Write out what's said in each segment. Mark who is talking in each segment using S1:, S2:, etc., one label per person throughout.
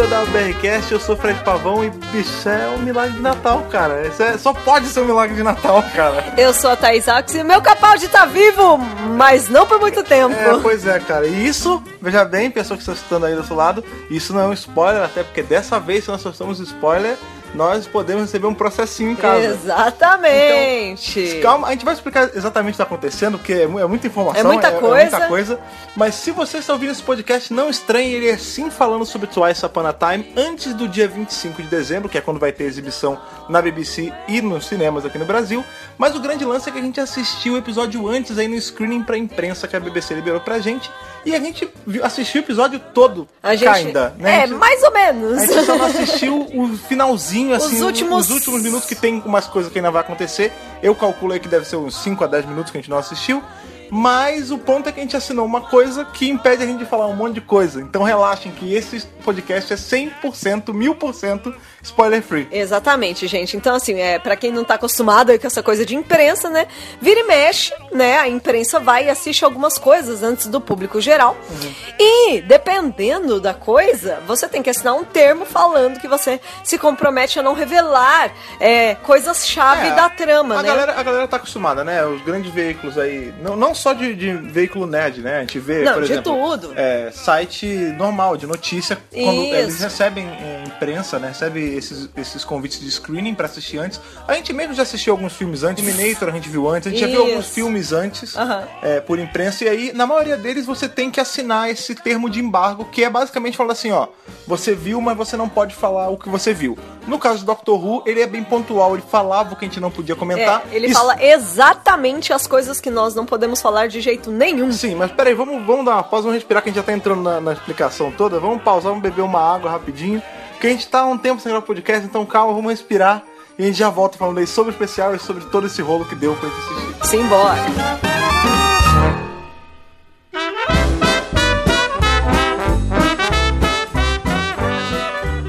S1: BRCast, eu sou Fred Pavão e bicho é um milagre de Natal, cara. Isso é, só pode ser um milagre de Natal, cara.
S2: Eu sou a Thaís Alves e meu Capaldi tá vivo, mas não por muito tempo.
S1: É, pois é, cara. E isso, veja bem, pessoa que está assistindo aí do outro lado, isso não é um spoiler, até porque dessa vez se nós soltamos spoiler, nós podemos receber um processinho em casa.
S2: Exatamente.
S1: Então, calma, a gente vai explicar exatamente o que está acontecendo, porque é mu- é muita informação,
S2: É muita
S1: É
S2: coisa.
S1: muita coisa. Mas se você está ouvindo esse podcast, não estranhe ele é sim falando sobre Twice Upon a Time antes do dia 25 de dezembro, que é quando vai ter exibição na BBC e nos cinemas aqui no Brasil. Mas o grande lance é que a gente assistiu o episódio antes aí no screening pra imprensa que a BBC liberou pra gente. E a gente viu- assistiu o episódio todo,
S2: A gente.
S1: ainda, né?
S2: É,
S1: A gente-
S2: mais ou
S1: a
S2: menos.
S1: gente só não assistiu o finalzinho, assim,
S2: últimos-
S1: os últimos minutos que tem umas coisas que ainda vai acontecer. Eu calculo aí que deve ser uns 5 a 10 minutos que a gente não assistiu. Mas o ponto é que a gente assinou uma coisa que impede a gente de falar um monte de coisa. Então relaxem que esse podcast é 100%, 1000% spoiler free.
S2: Exatamente, gente. Então, assim, é, para quem não tá acostumado aí com essa coisa de imprensa, né? Vira e mexe, né? A imprensa vai e assiste algumas coisas antes do público geral.
S1: Uhum.
S2: E, dependendo da coisa, você tem que assinar um termo falando que você se compromete a não revelar é, coisas-chave
S1: É,
S2: da trama,
S1: a
S2: né?
S1: Galera, a galera tá acostumada, né? Os grandes veículos aí. Não, não só de, de veículo nerd, né? A gente vê,
S2: Não,
S1: por
S2: de
S1: exemplo.
S2: tudo.
S1: é, site normal, de notícia. Quando
S2: Isso.
S1: eles recebem é, imprensa, né? Recebe esses, esses convites de screening pra assistir antes. A gente mesmo já assistiu alguns filmes antes. Terminator a gente viu antes. A gente já viu
S2: Isso.
S1: alguns filmes antes
S2: Aham.
S1: é, por imprensa. E aí, na maioria deles, você tem que assinar esse termo de embargo, que é basicamente falando assim, ó. Você viu, mas você não pode falar o que você viu. No caso do Doctor Who, ele é bem pontual. Ele falava o que a gente não podia comentar.
S2: É, ele
S1: Tá, Isso-
S2: fala exatamente as coisas que nós não podemos falar de jeito nenhum.
S1: Sim, mas peraí, vamos, vamos dar uma pausa, vamos respirar que a gente já tá entrando na, na explicação toda. Vamos pausar, vamos beber uma água rapidinho. Porque a gente tá há um tempo sem gravar podcast, então calma, vamos respirar. E a gente já volta falando aí sobre o especial e sobre todo esse rolo que deu pra gente assistir.
S2: Simbora.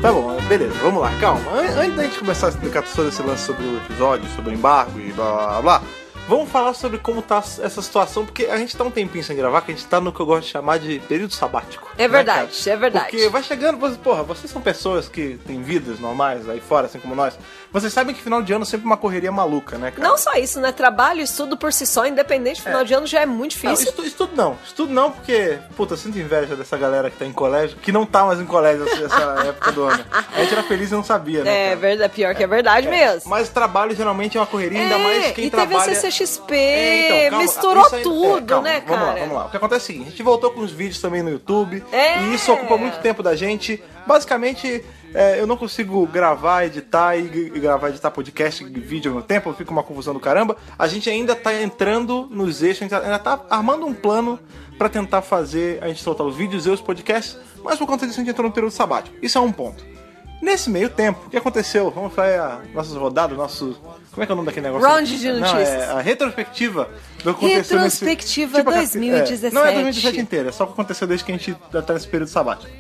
S1: Tá bom, beleza, vamos lá, calma. An- Antes da gente começar a explicar todo esse lance sobre o episódio, sobre o embargo e blá blá blá, blá, vamos falar sobre como tá essa situação, porque a gente tá um tempinho sem gravar, que a gente tá no que eu gosto de chamar de período sabático.
S2: É
S1: né,
S2: verdade,
S1: cara?
S2: é verdade.
S1: Porque vai chegando, você- porra, vocês são pessoas que têm vidas normais aí fora, assim como nós. Vocês sabem que final de ano é sempre uma correria maluca, né, cara?
S2: Não só isso, né? Trabalho e estudo por si só, independente, final de ano já é muito
S1: Não,
S2: difícil.
S1: estudo, estudo não. Estudo não, porque, puta, eu sinto inveja dessa galera que tá em colégio, que não tá mais em colégio essa- essa época do ano. A gente era feliz e não sabia, né?
S2: É
S1: cara?
S2: verdade, pior que é verdade mesmo.
S1: Mas trabalho geralmente é uma correria, ainda
S2: É,
S1: mais quem
S2: e teve
S1: trabalha.
S2: a CCXP,
S1: É, então, calma,
S2: misturou
S1: isso aí- é,
S2: tudo,
S1: calma,
S2: né,
S1: Vamos lá,
S2: cara?
S1: vamos lá. O que acontece é o seguinte: a gente voltou com os vídeos também no YouTube.
S2: É.
S1: E isso ocupa muito tempo da gente. Basicamente, é, eu não consigo gravar, editar e, g- e gravar, editar podcast e vídeo ao mesmo tempo. Fica uma confusão do caramba. A gente ainda tá entrando nos eixos, a gente ainda tá armando um plano pra tentar fazer a gente soltar os vídeos e os podcasts. Mas por conta disso, a gente entrou no período sabático. Isso é um ponto. Nesse meio tempo, o que aconteceu? Vamos para nossas rodadas, nosso. Como é que é o nome daquele negócio?
S2: Round de
S1: Não,
S2: notícias.
S1: é a retrospectiva do que aconteceu nesse-
S2: Retrospectiva
S1: a-
S2: 2017.
S1: é, não é 2017 inteira, é só o que aconteceu desde que a gente tá nesse período sabático.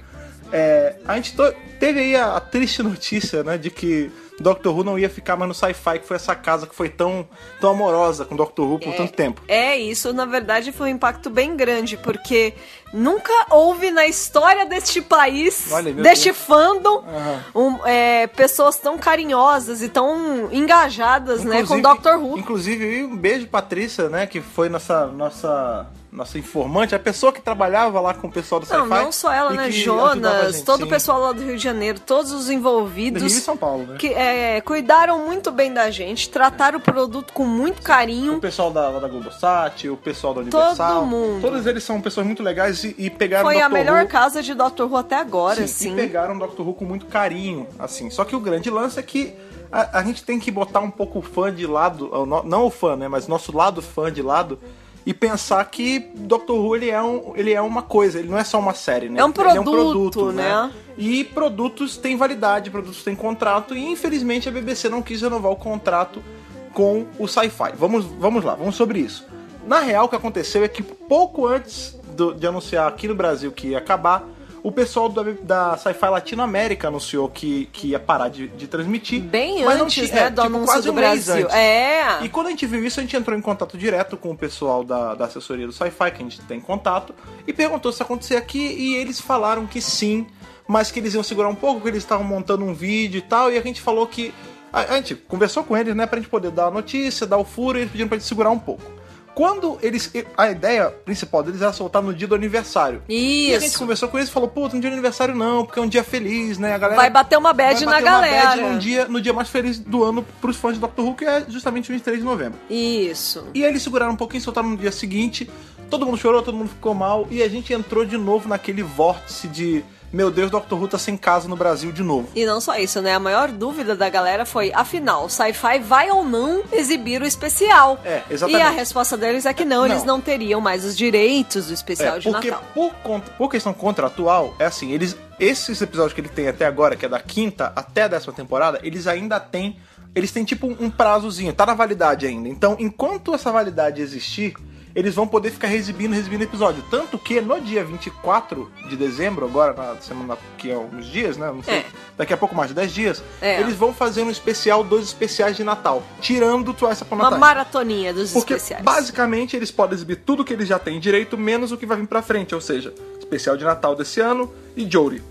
S1: É, a gente to- teve aí a, a triste notícia, né, de que Doctor Who não ia ficar mais no sci-fi, que foi essa casa que foi tão, tão amorosa com Doctor Who por tanto tempo.
S2: É, isso na verdade foi um impacto bem grande, porque nunca houve na história deste país,
S1: Olha, meu
S2: deste
S1: Deus.
S2: fandom,
S1: Aham.
S2: um, é, pessoas tão carinhosas e tão engajadas, né, com
S1: Inclusive-
S2: Doctor Who.
S1: Inclusive, um beijo, Patrícia, né? Que foi nossa, nossa, nossa informante, a pessoa que trabalhava lá com o pessoal do Sci-Fi.
S2: Não, não só ela,
S1: e
S2: né?
S1: que ajudava a
S2: Jonas,
S1: gente,
S2: todo
S1: sim.
S2: o pessoal lá do Rio de Janeiro, todos os envolvidos.
S1: Do Rio e São Paulo, né?
S2: Que é, cuidaram muito bem da gente, trataram o produto com muito
S1: O
S2: carinho.
S1: pessoal da, lá da GloboSat, o pessoal da Universal.
S2: mundo.
S1: Todos eles são pessoas muito legais e, e pegaram
S2: Foi
S1: Dr.
S2: a melhor
S1: Who,
S2: casa de Dr. Who até agora,
S1: sim,
S2: assim.
S1: E pegaram Doctor Who com muito carinho, assim. Só que o grande lance é que a, a gente tem que botar um pouco o fã de lado, o no- não o fã, né? Mas nosso lado fã de lado. E pensar que Doctor Who ele é, um, ele é uma coisa, ele não é só uma série, né?
S2: É um
S1: Ele
S2: produto, né?
S1: E produtos têm validade, produtos têm contrato, e infelizmente a BBC não quis renovar o contrato com o Sci-Fi. Vamos, vamos lá, vamos sobre isso. Na real, o que aconteceu é que pouco antes do- de anunciar aqui no Brasil que ia acabar, o pessoal da, da Sci-Fi Latinoamérica anunciou que, que ia parar de, de transmitir.
S2: Bem
S1: mas não
S2: antes,
S1: tinha-
S2: né,
S1: é, tipo,
S2: do anúncio
S1: quase
S2: do
S1: um mês
S2: Brasil.
S1: antes.
S2: É.
S1: E quando a gente viu isso, a gente entrou em contato direto com o pessoal da, da assessoria do Sci-Fi, que a gente tem contato, e perguntou se acontecia aqui, e eles falaram que sim, mas que eles iam segurar um pouco, que eles estavam montando um vídeo e tal, e a gente falou que. A, a gente conversou com eles, né, pra gente poder dar a notícia, dar o furo, e eles pediram pra gente segurar um pouco. Quando eles. A ideia principal deles era soltar no dia do aniversário.
S2: Isso.
S1: E a gente conversou com eles e falou, puta, não dia de aniversário não, porque é um dia feliz, né? A galera
S2: Vai bater uma
S1: vai bater
S2: bad na
S1: uma
S2: galera.
S1: bad num dia, no dia mais feliz do ano pros fãs de Doctor Who, que é justamente 23 de novembro.
S2: Isso.
S1: E aí eles seguraram um pouquinho, soltaram no dia seguinte. Todo mundo chorou, todo mundo ficou mal. E a gente entrou de novo naquele vórtice de: Meu Deus, Doctor Who tá sem casa no Brasil de novo.
S2: E não só isso, né? A maior dúvida da galera foi, afinal, o Sci-Fi vai ou não exibir o especial?
S1: É, exatamente.
S2: E a resposta deles é que não, eles
S1: Não.
S2: não teriam mais os direitos do especial
S1: É,
S2: de
S1: porque
S2: Natal.
S1: Por, conta- por questão contratual, é assim, eles. Esses episódios que ele tem até agora, que é da quinta até a décima temporada, eles ainda têm. Eles têm tipo um prazozinho, tá na validade ainda. Então, enquanto essa validade existir, eles vão poder ficar exibindo, exibindo episódio. Tanto que no dia 24 de dezembro, agora na semana que é uns dias, né? Não sei.
S2: É.
S1: Daqui a pouco mais de 10 dias,
S2: É.
S1: eles vão fazer um especial, dois especiais de Natal. Tirando Twice Upon a
S2: Uma
S1: Time.
S2: maratoninha dos
S1: tá Porque
S2: especiais.
S1: basicamente eles podem exibir tudo que eles já têm direito, menos o que vai vir pra frente, ou seja, especial de Natal desse ano e Jory.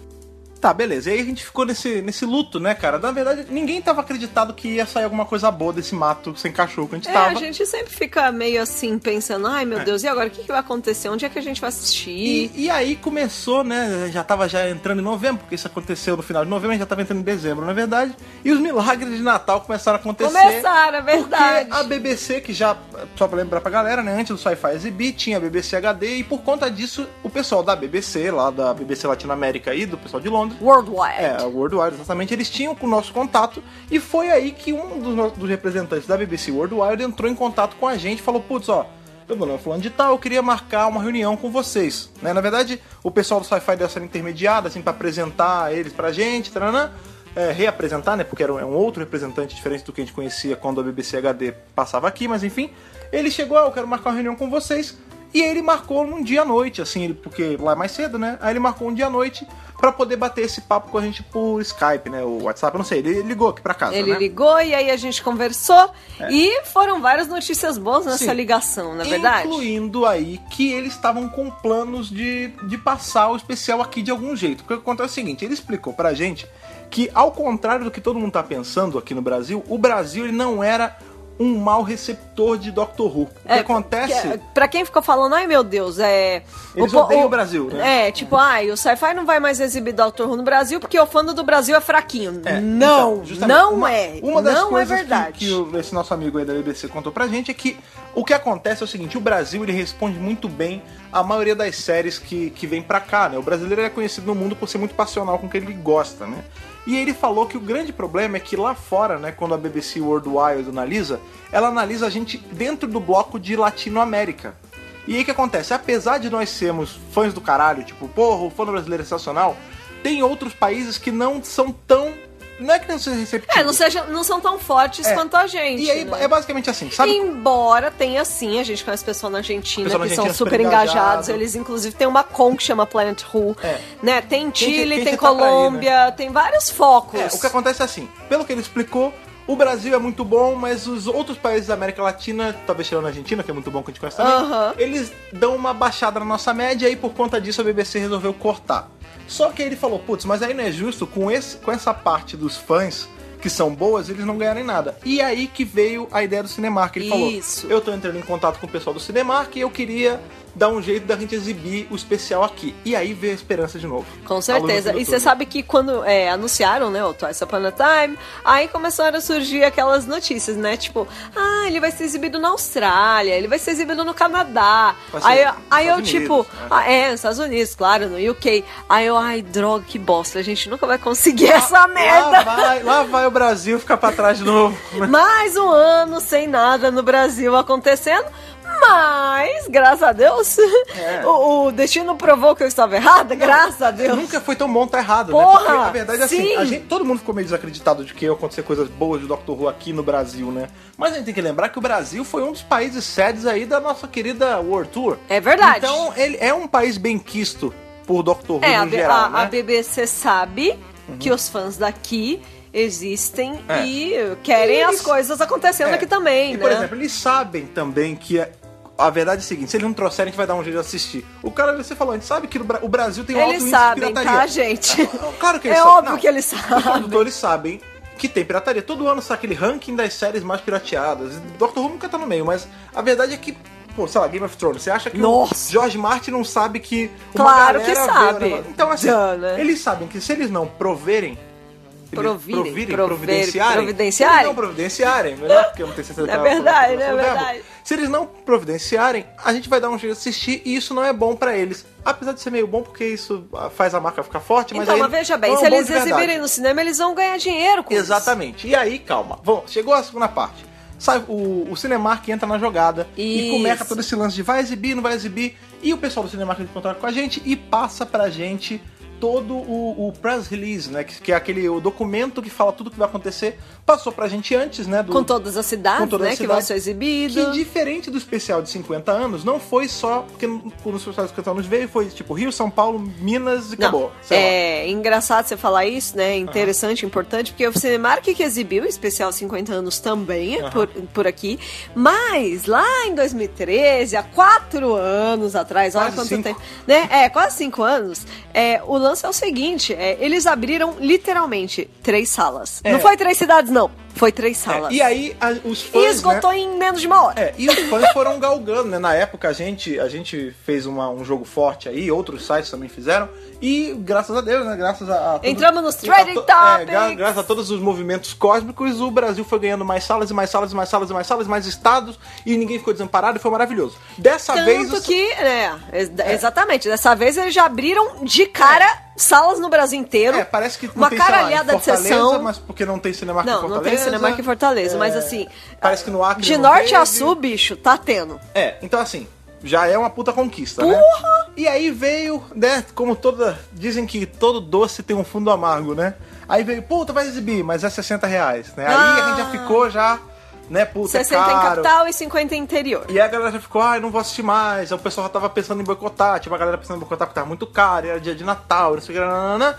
S1: Tá, beleza. E aí a gente ficou nesse, nesse luto, né, cara? Na verdade, ninguém tava acreditado que ia sair alguma coisa boa desse mato sem cachorro que a gente
S2: É,
S1: tava. É.
S2: a gente sempre fica meio assim, pensando, ai meu Deus, e agora o que, que vai acontecer? Onde é que a gente vai assistir?
S1: E, e aí começou, né? Já tava já entrando em novembro, porque isso aconteceu no final de novembro, a gente já tava entrando em dezembro, na verdade. E os milagres de Natal começaram a acontecer.
S2: Começaram, é verdade.
S1: Porque a BBC, que já, só pra lembrar pra galera, né? Antes do Sci-Fi exibir, tinha a BBC HD, e por conta disso, o pessoal da BBC, lá da BBC Latinoamérica e do pessoal de Londres,
S2: Worldwide.
S1: é, a Worldwide, exatamente, eles tinham o nosso contato, e foi aí que um dos, no- dos representantes da BBC Worldwide entrou em contato com a gente e falou, putz, ó, meu nome é fulano de tal, eu queria marcar uma reunião com vocês. Né? Na verdade, o pessoal do Sci-Fi dessa intermediada, assim, pra apresentar eles pra gente, taranã, é, reapresentar, né? Porque era um, é um outro representante diferente do que a gente conhecia quando a BBC HD passava aqui, mas enfim. Ele chegou, ah, eu quero marcar uma reunião com vocês. E aí ele marcou num dia à noite, assim, ele, porque lá é mais cedo, né? Aí ele marcou um dia à noite pra poder bater esse papo com a gente por Skype, né? O WhatsApp, eu não sei. Ele ligou aqui pra casa,
S2: Ele
S1: né? É.
S2: ligou e aí a gente conversou. E foram várias notícias boas nessa
S1: Sim.
S2: ligação, na verdade.
S1: Incluindo aí que eles estavam com planos de, de passar o especial aqui de algum jeito. Porque o que acontece é o seguinte, ele explicou pra gente que, ao contrário do que todo mundo tá pensando aqui no Brasil, o Brasil ele não era um mau receptor de Doctor Who. O que acontece...
S2: É, que- pra quem ficou falando, ai meu Deus, é.
S1: Eles
S2: po-
S1: odeiam o Brasil, né?
S2: É, tipo, ai, o sci-fi não vai mais exibir Doctor Who no Brasil porque o fã do Brasil é fraquinho.
S1: É,
S2: não,
S1: então, justamente,
S2: não
S1: uma-
S2: é.
S1: Uma das
S2: não é
S1: coisas que-
S2: verdade.
S1: Que, o- esse nosso amigo aí da BBC contou pra gente é que o que acontece é o seguinte: o Brasil ele responde muito bem à maioria das séries que, que vem pra cá, né? O brasileiro é conhecido no mundo por ser muito passional com o que ele gosta, né? E ele falou que o grande problema é que lá fora, né, quando a BBC Worldwide analisa, ela analisa a gente dentro do bloco de Latinoamérica. E aí o que acontece? Apesar de nós sermos fãs do caralho, tipo, porra, o fã brasileiro é sensacional, tem outros países que não são tão. Não é que não sejam receptivos.
S2: É, não, seja, não são tão fortes
S1: É.
S2: quanto a gente.
S1: E aí
S2: né?
S1: é basicamente assim, sabe?
S2: Embora tenha sim, a gente conhece pessoal na Argentina
S1: Pessoal na
S2: que
S1: Argentina
S2: são super
S1: super
S2: engajados.
S1: engajado.
S2: Eles, inclusive, tem uma com que chama Planet Who.
S1: É.
S2: Né? Tem Chile,
S1: quem
S2: tem
S1: que tá pra ir, né?
S2: Colômbia, tem vários focos.
S1: É, o que acontece é assim, pelo que ele explicou, o Brasil é muito bom, mas os outros países da América Latina, talvez tirando a Argentina, que é muito bom que a gente conhece também,
S2: Aham.
S1: eles dão uma baixada na nossa média e por conta disso a BBC resolveu cortar. Só que aí ele falou, putz, mas aí não é justo com, esse, com essa parte dos fãs que são boas, eles não ganharem nada. E aí que veio a ideia do Cinemark. Ele
S2: Isso.
S1: falou, eu tô entrando em contato com o pessoal do Cinemark e eu queria dar um jeito da gente exibir o especial aqui. E aí veio a esperança de novo.
S2: Com certeza.
S1: Aluno do
S2: E você
S1: YouTube.
S2: sabe que quando é, anunciaram, né, o Twice Upon a Time, aí começaram a surgir aquelas notícias, né? Tipo, ah, ele vai ser exibido na Austrália, ele vai ser exibido no Canadá.
S1: Vai ser
S2: Aí, eu-
S1: nos
S2: aí eu,
S1: Estados
S2: tipo,
S1: Unidos, né?
S2: ah, é, nos Estados Unidos, claro, no UK. Aí eu, ai, droga, que bosta, a gente nunca vai conseguir
S1: Ah,
S2: essa merda.
S1: Lá vai, lá vai o Brasil ficar pra trás de novo.
S2: Mais um ano sem nada no Brasil acontecendo, mas, graças a Deus,
S1: É.
S2: o, o destino provou que eu estava errada, graças a Deus.
S1: Nunca foi tão bom tá errado,
S2: Porra,
S1: né? Porque a verdade é assim,
S2: sim.
S1: a gente- todo mundo ficou meio desacreditado de que ia acontecer coisas boas de Doctor Who aqui no Brasil, né? Mas a gente tem que lembrar que o Brasil foi um dos países sedes aí da nossa querida World Tour.
S2: É verdade.
S1: Então, ele é um país bem quisto por Doctor Who
S2: É, a,
S1: no
S2: B-
S1: geral,
S2: a-
S1: né?
S2: a BBC sabe que os fãs daqui existem
S1: É.
S2: e querem
S1: E
S2: as
S1: eles-
S2: coisas acontecendo
S1: É.
S2: aqui também,
S1: e,
S2: né?
S1: Por exemplo, eles sabem também que é- a verdade é a seguinte: se eles não trouxerem, a gente vai dar um jeito de assistir. O cara, você falou, a gente sabe que o Brasil tem um alto
S2: Eles
S1: índice de
S2: sabem,
S1: pirataria. Ah,
S2: tá, gente?
S1: Claro que eles
S2: É
S1: sabem.
S2: óbvio
S1: Não,
S2: que eles
S1: Os
S2: sabem.
S1: produtores sabem que tem pirataria. Todo ano sai aquele ranking das séries mais pirateadas. E Doctor Who nunca tá no meio, mas a verdade é que. Pô, sei lá, Game of Thrones. Você acha que
S2: Nossa.
S1: o George Martin não sabe que. uma
S2: Claro que
S1: galera vê o
S2: sabe.
S1: negócio? Então, assim,
S2: Já, né?
S1: eles sabem que se eles não proverem. eles
S2: Provirem, prover-
S1: providenciarem.
S2: providenciarem.
S1: Se eles não providenciarem, melhor porque eu não tenho certeza
S2: É
S1: que ela
S2: verdade,
S1: falou que eu
S2: é
S1: sou verbo.
S2: verdade.
S1: Se eles não providenciarem, a gente vai dar um jeito de assistir e isso não é bom pra eles. Apesar de ser meio bom porque isso ah, faz a marca ficar forte, mas
S2: Então,
S1: aí
S2: mas veja bem,
S1: não é um
S2: se
S1: bom
S2: eles
S1: de verdade.
S2: exibirem no cinema, eles vão ganhar dinheiro com
S1: Exatamente. E aí, calma. Bom, chegou a segunda parte. Sai, o, o Cinemark entra na jogada e
S2: Isso.
S1: começa todo esse lance de vai exibir, não vai exibir. E o pessoal do Cinemark entra em contato com a gente e passa pra gente todo o, o press release, né? Que, que é aquele o documento que fala tudo que vai acontecer. Passou pra gente antes, né? Do,
S2: isso. Com todas as cidades,
S1: Com todas
S2: né,
S1: as
S2: que vão
S1: cidades.
S2: ser
S1: que
S2: exibidas.
S1: diferente do especial de 50 anos, não foi só. Porque no- quando o especial de 50 anos veio, foi tipo Rio, São Paulo, Minas e acabou.
S2: Não,
S1: sei lá.
S2: é engraçado você falar isso, né? Interessante, importante, porque o Cinemark que exibiu o especial 50 anos também é
S1: Aham.
S2: por, por aqui, mas lá em 2013, há quatro anos atrás, olha
S1: Quase
S2: quanto
S1: cinco.
S2: tempo, né? É, quase cinco anos. É, o lance é o seguinte: é, eles abriram literalmente três salas.
S1: É.
S2: Não foi três cidades, não. Foi três salas.
S1: É, e aí a- os
S2: E
S1: fãs. né,
S2: esgotou em menos de uma hora.
S1: É, e os fãs foram galgando, né? Na época a gente, a gente fez uma- um jogo forte aí, outros sites também fizeram, e graças a Deus, né? Graças a. a todo-
S2: Entramos nos
S1: a
S2: Trading
S1: to-
S2: Topics.
S1: é, gra- graças a todos os movimentos cósmicos, o Brasil foi ganhando mais salas e mais salas e mais salas e mais salas, mais estados, e ninguém ficou desamparado, e foi maravilhoso. Dessa vez.
S2: Tanto
S1: os-
S2: que, né, ex-
S1: É.
S2: exatamente, dessa vez eles já abriram de cara salas no Brasil inteiro.
S1: É, parece que não
S2: uma
S1: tem, sei lá, em
S2: caralhada de
S1: Fortaleza,
S2: sessão.
S1: Mas porque não tem cinema em
S2: Não,
S1: Fortaleza.
S2: não tem cinema aqui em Fortaleza, mas
S1: é,
S2: assim,
S1: Parece que no Acre
S2: de
S1: não
S2: norte a
S1: teve.
S2: sul, bicho, tá tendo.
S1: É, então assim, já é uma puta conquista, né? E aí veio, né, como toda... Dizem que todo doce tem um fundo amargo, né? Aí veio, puta, vai exibir, mas é 60 reais, né? Aí a gente já ficou já, né, puta,
S2: 60
S1: é
S2: Ah. em
S1: caro.
S2: capital e 50 em interior.
S1: E aí a galera já ficou, ai, não vou assistir mais. Aí o pessoal já tava pensando em boicotar, tipo, a galera pensando em boicotar porque tava muito caro, e era dia de Natal, não sei o que, nananana.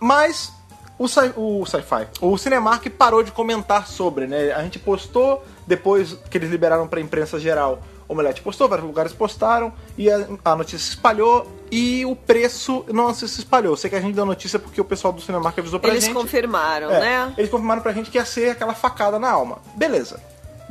S1: Mas o sci- o Sci-Fi, o, Cinemark parou de comentar sobre, né? A gente postou depois que eles liberaram pra imprensa geral. Ou melhor, a gente postou, vários lugares postaram, e a, a notícia se espalhou, e o preço não se espalhou. Eu sei que a gente deu notícia porque o pessoal do Cinemark avisou pra
S2: Eles
S1: gente.
S2: confirmaram,
S1: É,
S2: né?
S1: Eles confirmaram pra gente que ia ser aquela facada na alma. Beleza.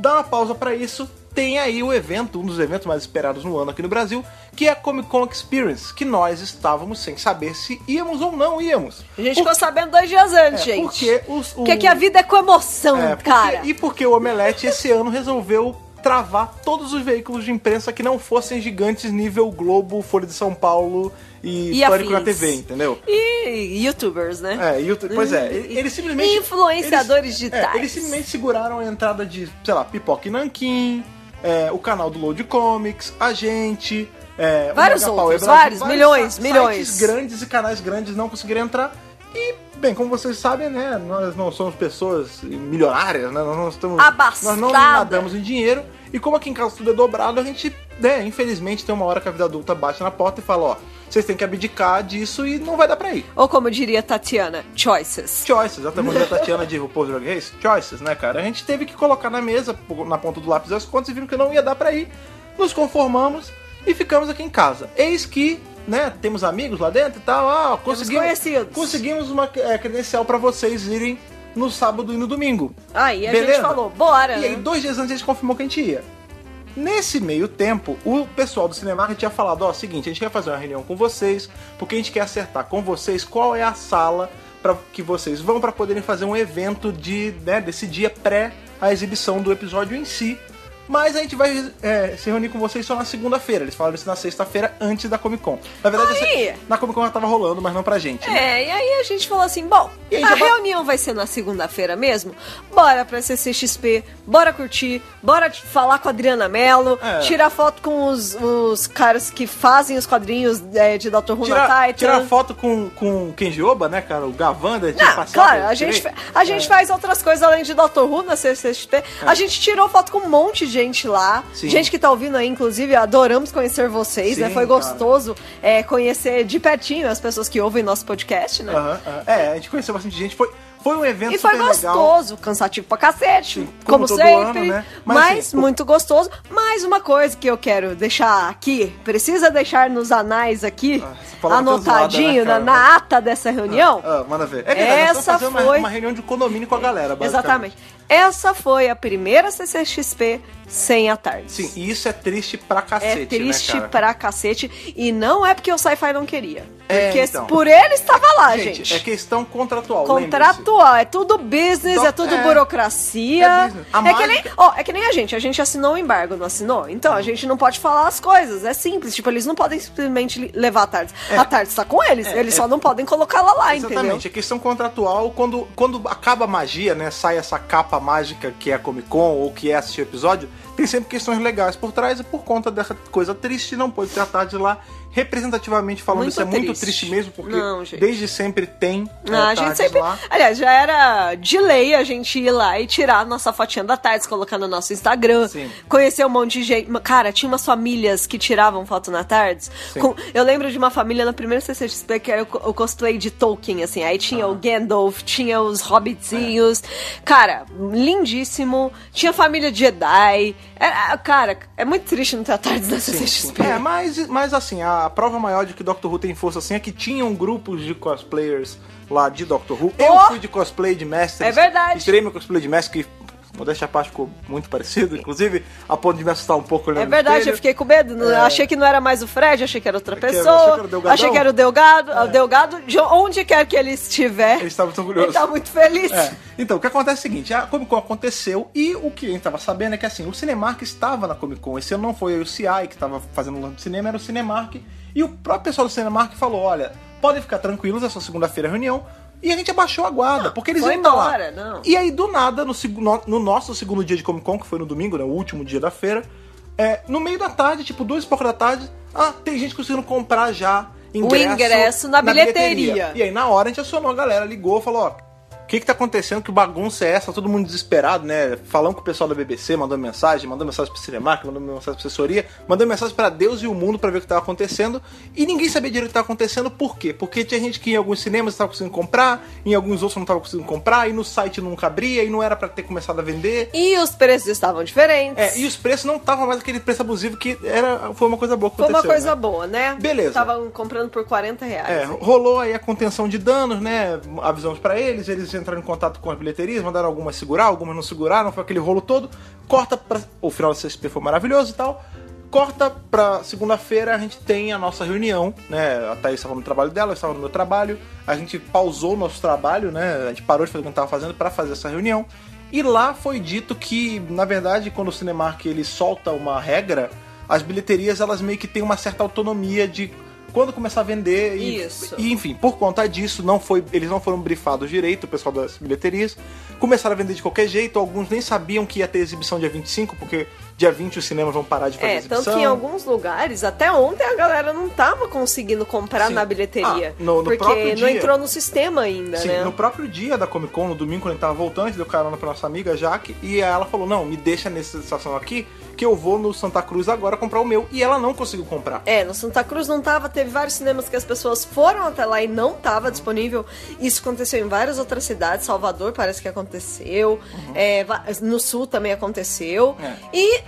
S1: Dá uma pausa pra isso. Tem aí o evento, um dos eventos mais esperados no ano aqui no Brasil, que é a Comic Con Experience, que nós estávamos sem saber se íamos ou não íamos.
S2: A gente
S1: Por-
S2: ficou sabendo dois dias antes,
S1: É,
S2: gente.
S1: porque os- o-
S2: Porque aqui a vida é com emoção,
S1: É, porque-
S2: cara.
S1: E porque o Omelete esse ano resolveu travar todos os veículos de imprensa que não fossem gigantes nível Globo, Folha de São Paulo e,
S2: E
S1: Pânico na
S2: afins.
S1: TV, entendeu?
S2: E youtubers, né?
S1: É, e o- pois é,
S2: Hum,
S1: eles simplesmente.
S2: influenciadores
S1: eles,
S2: digitais.
S1: é, eles simplesmente seguraram a entrada de, sei lá, Pipoca e Nanquim, é, o canal do Load Comics, a gente. é, o
S2: Vários
S1: Mega Power
S2: outros,
S1: Brasil,
S2: vários, milhões,
S1: si-
S2: milhões.
S1: Sites grandes e canais grandes não conseguiram entrar. E, bem, como vocês sabem, né, nós não somos pessoas milionárias, né, nós não estamos.
S2: Abastada.
S1: Nós não nadamos em dinheiro. E como aqui em casa tudo é dobrado, a gente, né, infelizmente tem uma hora que a vida adulta bate na porta e fala: ó, vocês têm que abdicar disso e não vai dar pra ir
S2: Ou como diria Tatiana, choices.
S1: choices. Até quando a Tatiana de RuPaul's Drag Race, choices, né, cara? A gente teve que colocar na mesa, pô- na ponta do lápis as contas, e vimos que não ia dar pra ir. Nos conformamos e ficamos aqui em casa. Eis que, né, temos amigos lá dentro e tal, ah, conseguimos,
S2: conhecidos.
S1: conseguimos uma é, credencial pra vocês irem no sábado e no domingo.
S2: Aí a
S1: Beleza.
S2: gente falou, bora.
S1: E aí,
S2: né?
S1: dois dias antes, a gente confirmou que a gente ia. Nesse meio tempo, o pessoal do Cinemark tinha falado, ó, seguinte, a gente quer fazer uma reunião com vocês, porque a gente quer acertar com vocês qual é a sala para que vocês vão para poderem fazer um evento de, né, desse dia pré a exibição do episódio em si. Mas a gente vai é, se reunir com vocês só na segunda-feira. Eles falaram isso na sexta-feira antes da Comic Con. Na verdade,
S2: Aí.
S1: essa- na Comic Con já tava rolando, mas não pra gente. né?
S2: É, e aí a gente falou assim, bom,
S1: E aí
S2: a
S1: já ba-
S2: reunião vai ser na segunda-feira mesmo? Bora pra CCXP, bora curtir, bora te- falar com a Adriana Mello,
S1: É.
S2: tirar foto com os, os caras que fazem os quadrinhos é, de Dr. Who na
S1: Tirar,
S2: Titan.
S1: tirar foto com, com o Kenji Oba, né, cara? O Gavanda tinha
S2: Ah,
S1: passado.
S2: claro, a
S1: direito.
S2: gente, fa- a gente
S1: É.
S2: faz outras coisas além de Dr. Who na CCXP. A gente tirou foto com um monte de gente lá.
S1: Sim.
S2: Gente que tá ouvindo aí, inclusive, adoramos conhecer vocês,
S1: Sim,
S2: né? Foi
S1: cara.
S2: gostoso é, conhecer de pertinho as pessoas que ouvem nosso podcast, né?
S1: Aham, aham. É, a gente conheceu bastante gente. Foi, Foi um evento
S2: E foi
S1: super legal.
S2: gostoso, cansativo pra cacete,
S1: como
S2: como,
S1: todo
S2: sempre.
S1: ano, né? Mas,
S2: Mas,
S1: assim, o-
S2: muito gostoso. Mais uma coisa que eu quero deixar aqui, precisa deixar nos anais aqui,
S1: Ah, essa palavra tá
S2: anotadinho
S1: zoada, né,
S2: na,
S1: cara?
S2: na ata dessa reunião.
S1: Ah, manda ver. É verdade, nós estamos
S2: Essa
S1: fazendo uma- uma,
S2: foi-
S1: reunião de condomínio com a galera, basicamente.
S2: Exatamente. Essa foi a primeira CCXP sem a tarde.
S1: Sim, e isso é triste pra cacete,
S2: É triste
S1: né, cara?
S2: pra cacete. E não é porque o Sci-Fi não queria.
S1: É,
S2: Porque
S1: então.
S2: por ele estava lá, gente.
S1: Gente, é questão contratual, lembre-se.
S2: Contratual, é tudo business,
S1: Então,
S2: é tudo
S1: é. É
S2: burocracia.
S1: business. A
S2: É, que nem,
S1: mágica-
S2: ó, é que nem a gente, a gente assinou o embargo, não assinou? Então a gente não pode falar as coisas, é simples. Tipo, eles não podem simplesmente li- levar a tarde. A tarde está com eles, eles só não podem colocá-la lá, entendeu?
S1: É. Exatamente, é questão contratual. Quando, quando acaba a magia, né? Sai essa capa mágica que é a Comic Con ou que é assistir o episódio, tem sempre questões legais por trás e por conta dessa coisa triste, não pôde ter a tarde lá. Representativamente falando,
S2: Muito
S1: isso é muito
S2: triste.
S1: triste mesmo, porque
S2: Não, gente.
S1: desde sempre tem é,
S2: Ah, a gente
S1: tardes
S2: sempre.
S1: lá.
S2: Aliás, já era de lei a gente ir lá e tirar a nossa fotinha da tarde, colocar no nosso Instagram.
S1: Sim.
S2: Conhecer um monte de gente. Cara, tinha umas famílias que tiravam foto na tarde. Com- Eu lembro de uma família na primeira CCXP que era o, co- o cosplay de Tolkien, assim. Aí tinha
S1: Ah.
S2: o Gandalf, tinha os hobbitzinhos. Cara, lindíssimo. Tinha família de Jedi. Era- cara, é muito triste não ter a tarde na
S1: Sim, sim.
S2: CCXP.
S1: É, mas, mas assim, a prova maior de que Doctor Who tem força assim é que tinham grupos de cosplayers lá de Doctor Who. Eu
S2: Oh!
S1: fui de cosplay de mestre.
S2: É verdade.
S1: Tirei meu cosplay de mestre, que modéstia à parte ficou muito parecido, inclusive, a ponto de me assustar um pouco olhando
S2: É
S1: no
S2: verdade,
S1: espelho.
S2: eu fiquei com medo. não-
S1: É.
S2: Achei que não era mais o Fred, achei que era outra
S1: que era- achei que
S2: pessoa.
S1: era o Delgadão.
S2: Achei que era o Delgado, o Delgado, de onde quer que ele estiver.
S1: Ele estava muito orgulhoso.
S2: Ele tá muito feliz.
S1: É. Então, o que acontece é o seguinte, a Comic Con aconteceu e o que a gente tava sabendo é que assim, o Cinemark estava na Comic Con, esse ano não foi o CI que estava fazendo o lance do cinema, era o Cinemark, e o próprio pessoal do Cinemark falou, olha, podem ficar tranquilos, é só segunda-feira a reunião, e a gente abaixou a guarda, porque eles
S2: foi
S1: iam pra lá.
S2: embora, não.
S1: E aí, do nada, no, segu- no- no nosso segundo dia de Comic Con, que foi no domingo, né, o último dia da feira, é, no meio da tarde, tipo, duas e pouco da tarde, ah, tem gente conseguindo comprar já ingresso,
S2: ingresso na bilheteria.
S1: E aí, na hora, a gente acionou a galera, ligou, falou, ó, o que que tá acontecendo, que bagunça é essa, todo mundo desesperado, né, falando com o pessoal da BBC, mandou mensagem, mandou mensagem pro Cinemark, mandou mensagem pra assessoria, mandou mensagem pra Deus e o mundo pra ver o que tava acontecendo, e ninguém sabia direito o que tava acontecendo, por quê? Porque tinha gente que em alguns cinemas tava conseguindo comprar, em alguns outros não tava conseguindo comprar, e no site não cabria, e não era pra ter começado a vender,
S2: E os preços estavam diferentes.
S1: é, e os preços não estavam mais aquele preço abusivo que era, foi uma coisa boa que
S2: Foi uma
S1: aconteceu.
S2: coisa
S1: né?
S2: boa, né?
S1: Beleza.
S2: Estavam comprando por 40 reais.
S1: É, rolou aí a contenção de danos, né? Avisamos pra eles, eles entraram em contato com as bilheterias, mandaram algumas segurar, algumas não seguraram, foi aquele rolo todo. Corta pra. O final da CSP foi maravilhoso e tal. Corta pra segunda-feira, a gente tem a nossa reunião, né? A Thaís estava no trabalho dela, eu estava no meu trabalho. A gente pausou o nosso trabalho, né? A gente parou de fazer o que a gente tava fazendo pra fazer essa reunião. E lá foi dito que, na verdade, quando o Cinemark ele solta uma regra, as bilheterias elas meio que têm uma certa autonomia de quando começar a vender e,
S2: Isso.
S1: e, enfim, por conta disso, não foi, eles não foram brifados direito, o pessoal das bilheterias. Começaram a vender de qualquer jeito, alguns nem sabiam que ia ter exibição dia 25, porque dia 20 os cinemas vão parar de fazer
S2: É,
S1: exibição.
S2: tanto que em alguns lugares, até ontem a galera não tava conseguindo comprar
S1: Sim.
S2: na bilheteria.
S1: Ah, no- no próprio
S2: porque não
S1: dia-
S2: entrou no sistema ainda,
S1: Sim,
S2: né?
S1: no próprio dia da Comic Con, no domingo, quando a gente tava voltando, a gente deu carona pra nossa amiga Jaque, e ela falou: Não, me deixa nessa estação aqui, que eu vou no Santa Cruz agora comprar o meu. E ela não conseguiu comprar.
S2: É, no Santa Cruz não tava, teve vários cinemas que as pessoas foram até lá e não tava disponível. Isso aconteceu em várias outras cidades, Salvador parece que aconteceu, é, va- no Sul também aconteceu.
S1: Uhum. É.
S2: E,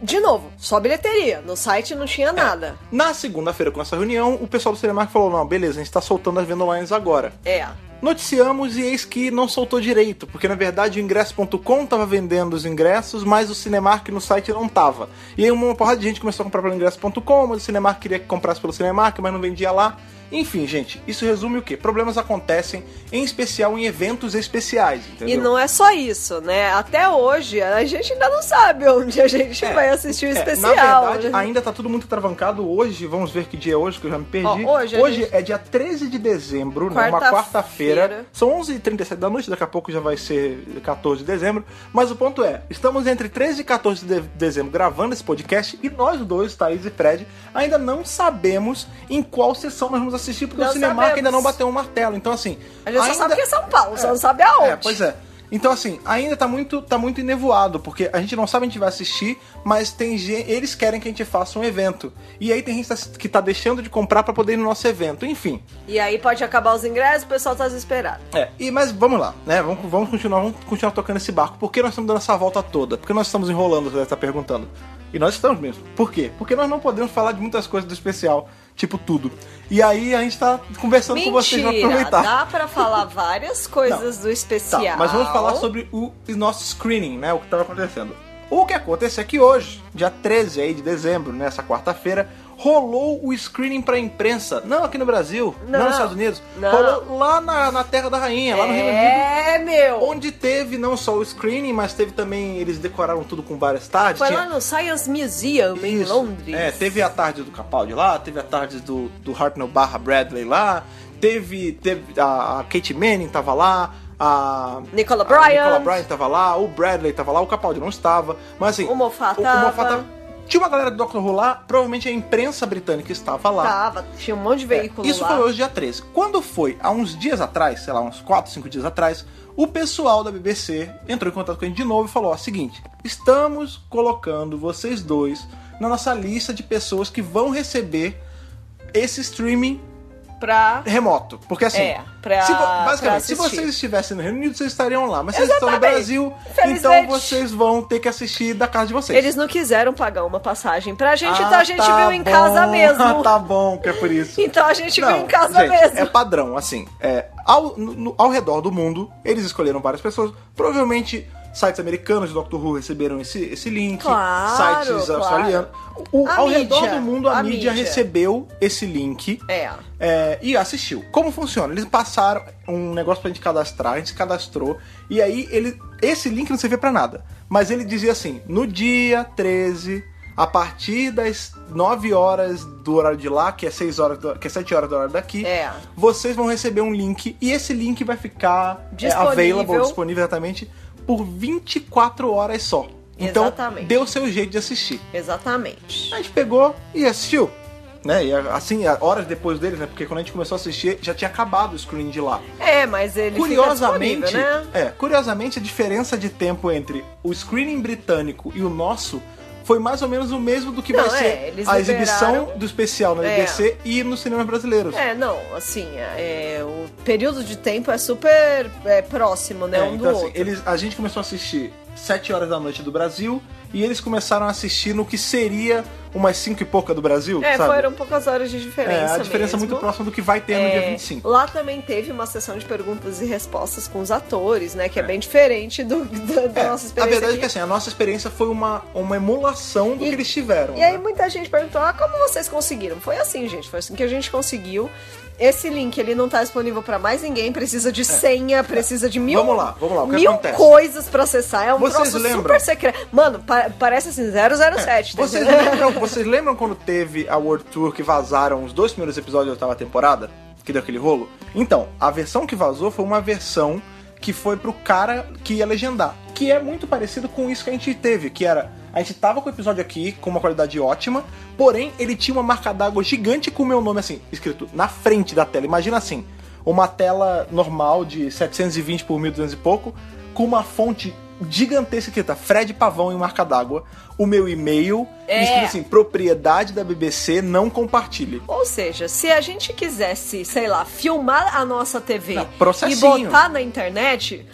S2: de novo, só bilheteria, no site não
S1: É.
S2: tinha nada.
S1: Na segunda-feira, com essa reunião, o pessoal do Cinemark falou: Não, beleza, a gente tá soltando as vendas online agora.
S2: É.
S1: Noticiamos e eis que não soltou direito, porque na verdade o ingresso.com tava vendendo os ingressos, mas o Cinemark no site não tava. E aí uma porrada de gente começou a comprar pelo ingresso.com, mas o Cinemark queria que comprasse pelo Cinemark, mas não vendia lá. Enfim, gente, isso resume o quê? Problemas acontecem, em especial em eventos especiais, entendeu?
S2: E não é só isso, né? Até hoje a gente ainda não sabe onde a gente
S1: É.
S2: vai assistir o
S1: É,
S2: especial.
S1: Na verdade,
S2: né?
S1: ainda tá tudo muito travancado hoje. Vamos ver que dia é hoje, que eu já me perdi.
S2: Ó, hoje a gente-
S1: é dia 13 de dezembro, né? uma
S2: Quarta-feira.
S1: quarta-feira. São 11h37 da noite, daqui a pouco já vai ser 14 de dezembro. Mas o ponto é, estamos entre 13 e 14 de dezembro gravando esse podcast e nós dois, Thaís e Fred, ainda não sabemos em qual sessão nós vamos assistir, porque
S2: Não
S1: o cinema
S2: sabemos.
S1: ainda não bateu o um martelo. Então, assim...
S2: A gente só
S1: ainda-
S2: sabe que é São Paulo, só não sabe
S1: é,
S2: aonde.
S1: pois é. Então, assim, ainda tá muito, tá muito enevoado, porque a gente não sabe a gente vai assistir, mas tem gente, eles querem que a gente faça um evento. E aí tem gente que tá deixando de comprar para poder ir no nosso evento, enfim.
S2: E aí pode acabar os ingressos, o pessoal tá desesperado.
S1: É, e, mas vamos lá, né? Vamos, vamos, continuar, vamos continuar tocando esse barco. Por que nós estamos dando essa volta toda? Por que nós estamos enrolando, você deve estar perguntando. E nós estamos mesmo. Por quê? Porque nós não podemos falar de muitas coisas do especial, tipo tudo. E aí a gente tá conversando
S2: Mentira,
S1: com vocês pra aproveitar.
S2: Dá pra falar várias coisas do especial.
S1: Tá, mas vamos falar sobre o nosso screening, né? O que estava acontecendo. O que aconteceu é que hoje, dia 13 aí de dezembro, nessa quarta-feira, rolou o screening pra imprensa. Não aqui no Brasil, não,
S2: Não.
S1: nos Estados Unidos.
S2: Não.
S1: Rolou lá na, na Terra da Rainha, lá no Reino Unido.
S2: É, meu.
S1: Onde teve não só o screening, mas teve também. Eles decoraram tudo com várias tardes.
S2: Foi
S1: tinha-
S2: lá no Science Museum, em
S1: Isso.
S2: Londres.
S1: É, teve a tarde do Capaldi lá, teve a tarde do, do Hartnell barra Bradley lá, teve, teve a, a Kate Manning tava lá, a.
S2: Nicola
S1: a
S2: Bryant.
S1: Nicola Bryant tava lá, o Bradley tava lá, o Capaldi não estava. Mas assim.
S2: O Moffat
S1: o- o
S2: tava.
S1: Moffat Tinha uma galera do Dr. Who lá, provavelmente a imprensa britânica estava lá.
S2: Tava, tinha um monte de veículo
S1: É, Isso
S2: lá.
S1: foi hoje, dia 13. Quando foi, há uns dias atrás, sei lá, uns 4, 5 dias atrás, o pessoal da BBC entrou em contato com a gente de novo e falou: ó, seguinte, estamos colocando vocês dois na nossa lista de pessoas que vão receber esse streaming
S2: Pra...
S1: remoto. Porque assim.
S2: É, pra-
S1: se vo-
S2: pra
S1: basicamente, se
S2: assistir.
S1: vocês estivessem no Reino Unido, vocês estariam lá. Mas vocês estão no
S2: Exatamente.
S1: Brasil, então
S2: Felizmente.
S1: vocês vão ter que assistir da casa de vocês.
S2: Eles não quiseram pagar uma passagem pra gente,
S1: É. Ah,
S2: então a gente
S1: tá
S2: viu em
S1: bom.
S2: casa mesmo.
S1: Ah, tá bom, que é por isso.
S2: Então a gente
S1: Não,
S2: viu em casa
S1: gente,
S2: mesmo.
S1: É padrão, assim. É, ao, no- no- ao redor do mundo, eles escolheram várias pessoas. Provavelmente sites americanos de Doctor Who receberam esse, esse link.
S2: Claro,
S1: sites
S2: claro.
S1: australianos. O-
S2: A
S1: ao
S2: mídia,
S1: redor do mundo, a,
S2: a
S1: mídia,
S2: mídia.
S1: recebeu esse link.
S2: É.
S1: é, e assistiu. Como funciona? Eles passaram um negócio pra gente cadastrar, a gente se cadastrou, e aí ele, esse link não servia pra nada. Mas ele dizia assim: no dia 13, a partir das 9 horas do horário de lá, que é 6 horas, do- que é 7 horas do horário daqui,
S2: É.
S1: vocês vão receber um link e esse link vai ficar é,
S2: Disponível.
S1: available, disponível exatamente, por 24 horas só. Então,
S2: Exatamente.
S1: deu seu jeito de assistir.
S2: Exatamente.
S1: A gente pegou e assistiu. Né? E assim, horas depois deles, né? Porque quando a gente começou a assistir, já tinha acabado o screen de lá.
S2: É, mas ele fica
S1: curiosamente,
S2: disponível, né?
S1: é, curiosamente, a diferença de tempo entre o screening britânico e o nosso foi mais ou menos o mesmo do que
S2: Não,
S1: vai
S2: é,
S1: ser
S2: eles
S1: a
S2: liberaram-
S1: exibição do especial na
S2: É.
S1: BBC e nos cinemas brasileiros.
S2: É, não, assim, é, o período de tempo é super é, próximo, né,
S1: É,
S2: um
S1: então,
S2: do
S1: assim,
S2: outro.
S1: eles, a gente começou a assistir 7 horas da noite do Brasil e eles começaram a assistir no que seria umas 5 e pouca do Brasil,
S2: É,
S1: sabe?
S2: foram poucas horas de
S1: é,
S2: diferença
S1: a diferença
S2: mesmo.
S1: muito próxima do que vai ter no
S2: É,
S1: dia 25.
S2: Lá também teve uma sessão de perguntas e respostas com os atores, né? Que é, bem diferente do, do- da
S1: a
S2: nossa experiência.
S1: verdade é
S2: aqui.
S1: que assim, a nossa experiência foi uma, uma emulação do
S2: E-
S1: que eles tiveram.
S2: E aí
S1: né?
S2: muita gente perguntou, ah, como vocês conseguiram? Foi assim, gente, foi assim que a gente conseguiu. Esse link, ele não tá disponível pra mais ninguém, precisa de senha, precisa de mil...
S1: É. Vamos lá, vamos lá, o que
S2: mil
S1: acontece?
S2: coisas pra acessar, é um
S1: Vocês
S2: troço
S1: lembram? É,
S2: super secreto. Mano, pa- parece assim, 007. tá
S1: Vocês
S2: entendendo?
S1: lembram, vocês lembram quando teve a World Tour que vazaram os dois primeiros episódios da oitava temporada? Que deu aquele rolo? Então, a versão que vazou foi uma versão que foi pro cara que ia legendar. Que é muito parecido com isso que a gente teve, que era. A gente tava com o episódio aqui com uma qualidade ótima, porém ele tinha uma marca d'água gigante com o meu nome assim, escrito na frente da tela. Imagina assim, uma tela normal de 720 por 1200 e pouco, com uma fonte gigantesca escrita Fred Pavão em marca d'água, o meu e-mail,
S2: É.
S1: e escrito assim, propriedade da BBC, não compartilhe.
S2: Ou seja, se a gente quisesse, sei lá, filmar a nossa TV
S1: Não,
S2: e
S1: processinho.
S2: botar na internet,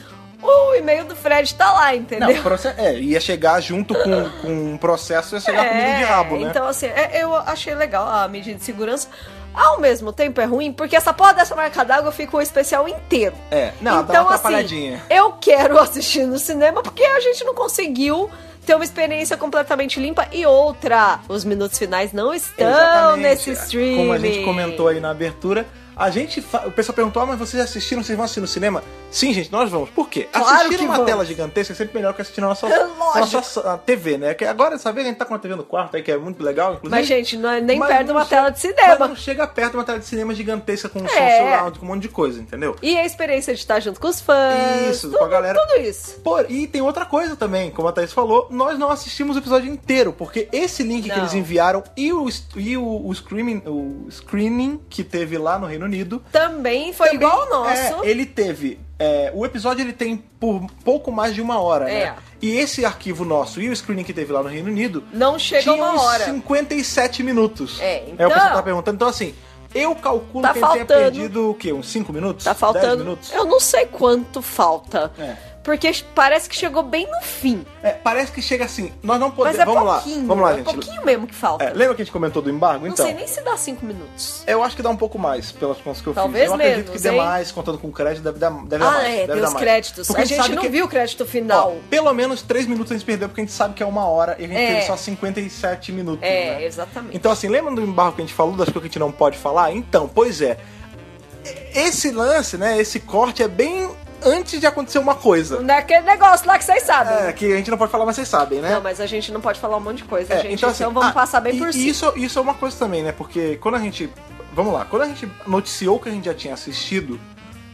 S2: o e-mail do Fred tá lá, entendeu?
S1: Não, proce- é, ia chegar junto com, com um processo, ia chegar comigo de rabo, né?
S2: Então, assim, é- eu achei legal a medida de segurança. Ao mesmo tempo é ruim, porque essa porra dessa marca d'água fica o especial inteiro.
S1: É, não, dá
S2: então,
S1: uma
S2: assim,
S1: atrapalhadinha.
S2: eu quero assistir no cinema porque a gente não conseguiu ter uma experiência completamente limpa. E outra, os minutos finais não estão
S1: Exatamente.
S2: Então, nesse stream.
S1: Como a gente comentou aí na abertura, a gente. fa- O pessoal perguntou: ah, mas vocês assistiram, vocês vão assistir no cinema? Sim, gente, nós vamos. Por quê?
S2: Claro
S1: assistir
S2: que
S1: numa
S2: vamos.
S1: tela gigantesca é sempre melhor que assistir na nossa,
S2: Lógico.
S1: nossa a TV, né? Que agora, sabe, a gente tá com a TV no quarto aí, que é muito legal, inclusive.
S2: Mas, gente, não é nem
S1: Mas
S2: perto de
S1: não
S2: uma
S1: chega-
S2: tela de
S1: mas
S2: cinema.
S1: não chega perto de uma tela de cinema gigantesca com um
S2: É.
S1: som surround, com um monte de coisa, entendeu?
S2: E a experiência de estar junto com os fãs.
S1: Isso,
S2: tudo,
S1: com a galera.
S2: Tudo isso.
S1: Pô, e tem outra coisa também, como a Thaís falou, nós não assistimos o episódio inteiro, porque esse link que
S2: Não.
S1: eles enviaram e o, e o, o, screaming- o screening que teve lá no Reino Reino Unido.
S2: Também foi
S1: Também,
S2: igual ao nosso.
S1: é, ele teve. é, o episódio ele tem por pouco mais de uma hora,
S2: É.
S1: né? E esse arquivo nosso e o screening que teve lá no Reino Unido
S2: Não chega
S1: tinha
S2: uma
S1: uns
S2: hora.
S1: 57 minutos.
S2: É,
S1: Aí o pessoal
S2: então-
S1: tá perguntando. Então, assim, eu calculo
S2: Tá
S1: que ele tenha
S2: faltando.
S1: perdido o quê? Uns 5 minutos?
S2: Tá
S1: 10
S2: faltando.
S1: minutos?
S2: Eu não sei quanto falta.
S1: É.
S2: Porque parece que chegou bem no fim.
S1: É, parece que chega assim. Nós não
S2: Mas
S1: podemos.
S2: é
S1: vamos lá.
S2: pouquinho.
S1: Vamos lá,
S2: É
S1: gente.
S2: pouquinho mesmo que falta.
S1: É, lembra que a gente comentou do embargo?
S2: não
S1: então.
S2: sei nem se dá cinco minutos.
S1: Eu acho que dá um pouco mais, pelas contas que eu
S2: Talvez
S1: fiz. Eu acredito que
S2: menos,
S1: dê
S2: hein?
S1: mais, contando com crédito, deve dar, deve dar
S2: ah,
S1: mais.
S2: é,
S1: deve
S2: tem
S1: dar
S2: os
S1: mais.
S2: crédito.
S1: Porque
S2: a gente
S1: sabe
S2: não
S1: que-
S2: viu o crédito
S1: Ó,
S2: final.
S1: pelo menos 3 minutos a gente perdeu, porque a gente sabe que é uma hora e a gente
S2: É.
S1: teve só 57 minutos.
S2: é,
S1: né?
S2: exatamente.
S1: Então, assim, lembra do embargo que a gente falou, das coisas que a gente não pode falar? Então, pois é. Esse lance, né? Esse corte é bem antes de acontecer uma coisa.
S2: Não é aquele negócio lá que vocês sabem.
S1: É, que a gente não pode falar, mas vocês sabem, né?
S2: Não, mas a gente não pode falar um monte de coisa,
S1: É,
S2: gente. Então, vamos
S1: ah,
S2: passar bem
S1: e-
S2: por
S1: e
S2: cima.
S1: Isso, isso é uma coisa também, né? Porque quando a gente. Vamos lá, quando a gente noticiou que a gente já tinha assistido,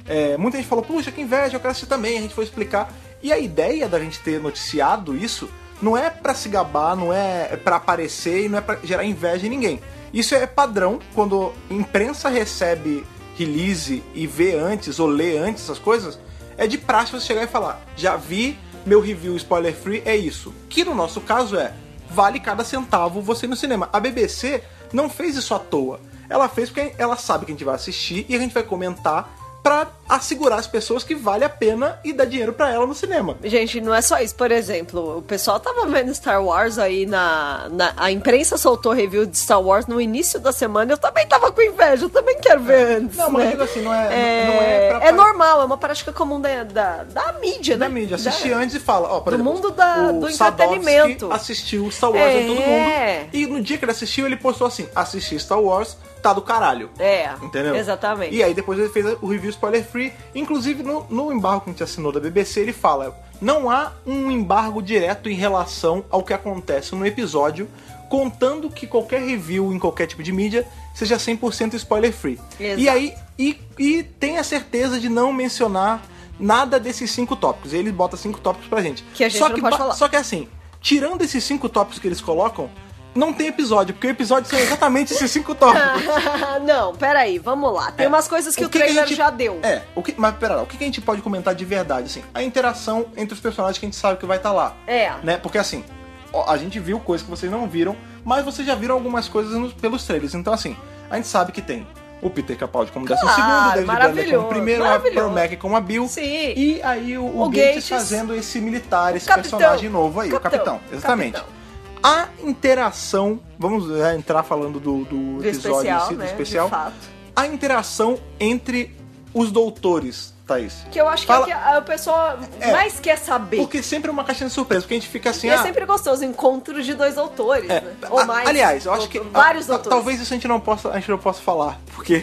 S1: é, muita gente falou, puxa, que inveja, eu quero assistir também. A gente foi explicar. E a ideia da gente ter noticiado isso não é pra se gabar, não é pra aparecer e não é pra gerar inveja em ninguém. Isso é padrão quando a imprensa recebe release e vê antes ou lê antes essas coisas. É de praxe você chegar e falar, já vi, meu review spoiler free é isso. Que no nosso caso é, vale cada centavo você ir no cinema. A BBC não fez isso à toa. Ela fez porque ela sabe que a gente vai assistir e a gente vai comentar pra assegurar as pessoas que vale a pena e dar dinheiro pra ela no cinema.
S2: Gente, não é só isso. Por exemplo, o pessoal tava vendo Star Wars aí na, na- A imprensa soltou review de Star Wars no início da semana. Eu também tava com inveja, eu também quero ver antes.
S1: É. Não, mas
S2: né?
S1: eu digo assim, não é- não é pra-
S2: é normal, é uma prática comum da, da, da mídia, né?
S1: Da mídia, assistir
S2: Da-
S1: antes e fala, ó, por
S2: Do
S1: exemplo,
S2: mundo da-
S1: o
S2: do
S1: Sadowski
S2: entretenimento.
S1: assistiu Star Wars em todo
S2: É.
S1: mundo. E no dia que ele assistiu, ele postou assim: assisti Star Wars, tá do caralho.
S2: É,
S1: Entendeu?
S2: exatamente.
S1: E aí depois ele fez o review spoiler free. Inclusive, no, no embargo que a gente assinou da BBC, ele fala: não há um embargo direto em relação ao que acontece no episódio, contando que qualquer review em qualquer tipo de mídia seja 100% spoiler free.
S2: Exato.
S1: E aí, e, e tenha certeza de não mencionar nada desses cinco tópicos. Ele bota cinco tópicos pra gente.
S2: Que a gente
S1: só
S2: não
S1: que
S2: pode
S1: ba-
S2: falar.
S1: Só que assim, tirando esses cinco tópicos que eles colocam, não tem episódio, porque o episódio são exatamente esses cinco tópicos.
S2: não, peraí, vamos lá. Tem
S1: É.
S2: umas coisas que o,
S1: a
S2: trailer
S1: gente-
S2: já deu.
S1: É, o que, mas pera lá, o que que a gente pode comentar de verdade, assim? A interação entre os personagens que a gente sabe que vai estar lá.
S2: É.
S1: Né? Porque assim, ó, a gente viu coisas que vocês não viram, mas vocês já viram algumas coisas nos- pelos trailers. Então, assim, a gente sabe que tem o Peter Capaldi como décimo
S2: Claro,
S1: segundo, o David Banner
S2: maravilhoso,
S1: como primeiro, a
S2: maravilhoso.
S1: Promac como a Bill.
S2: Sim.
S1: E aí o, o
S2: O
S1: Gates,
S2: Gates
S1: fazendo esse militar, esse
S2: capitão.
S1: personagem novo aí, o
S2: Capitão,
S1: capitão. Exatamente.
S2: capitão.
S1: A interação, vamos é, entrar falando do, do
S2: do
S1: episódio em
S2: especial,
S1: si,
S2: né?
S1: do especial
S2: De fato.
S1: a interação entre os doutores, Thaís.
S2: Que eu acho
S1: Fala-
S2: que é o que a- a pessoa
S1: É.
S2: mais quer saber.
S1: Porque sempre é uma caixinha de surpresa, porque a gente fica assim.
S2: E é
S1: ah,
S2: sempre gostoso, encontro de dois autores,
S1: é,
S2: né? Ou
S1: a-
S2: mais.
S1: aliás, eu acho que
S2: doutor- Vários
S1: a- ta-
S2: autores.
S1: talvez isso a gente não possa, a gente não possa falar, porque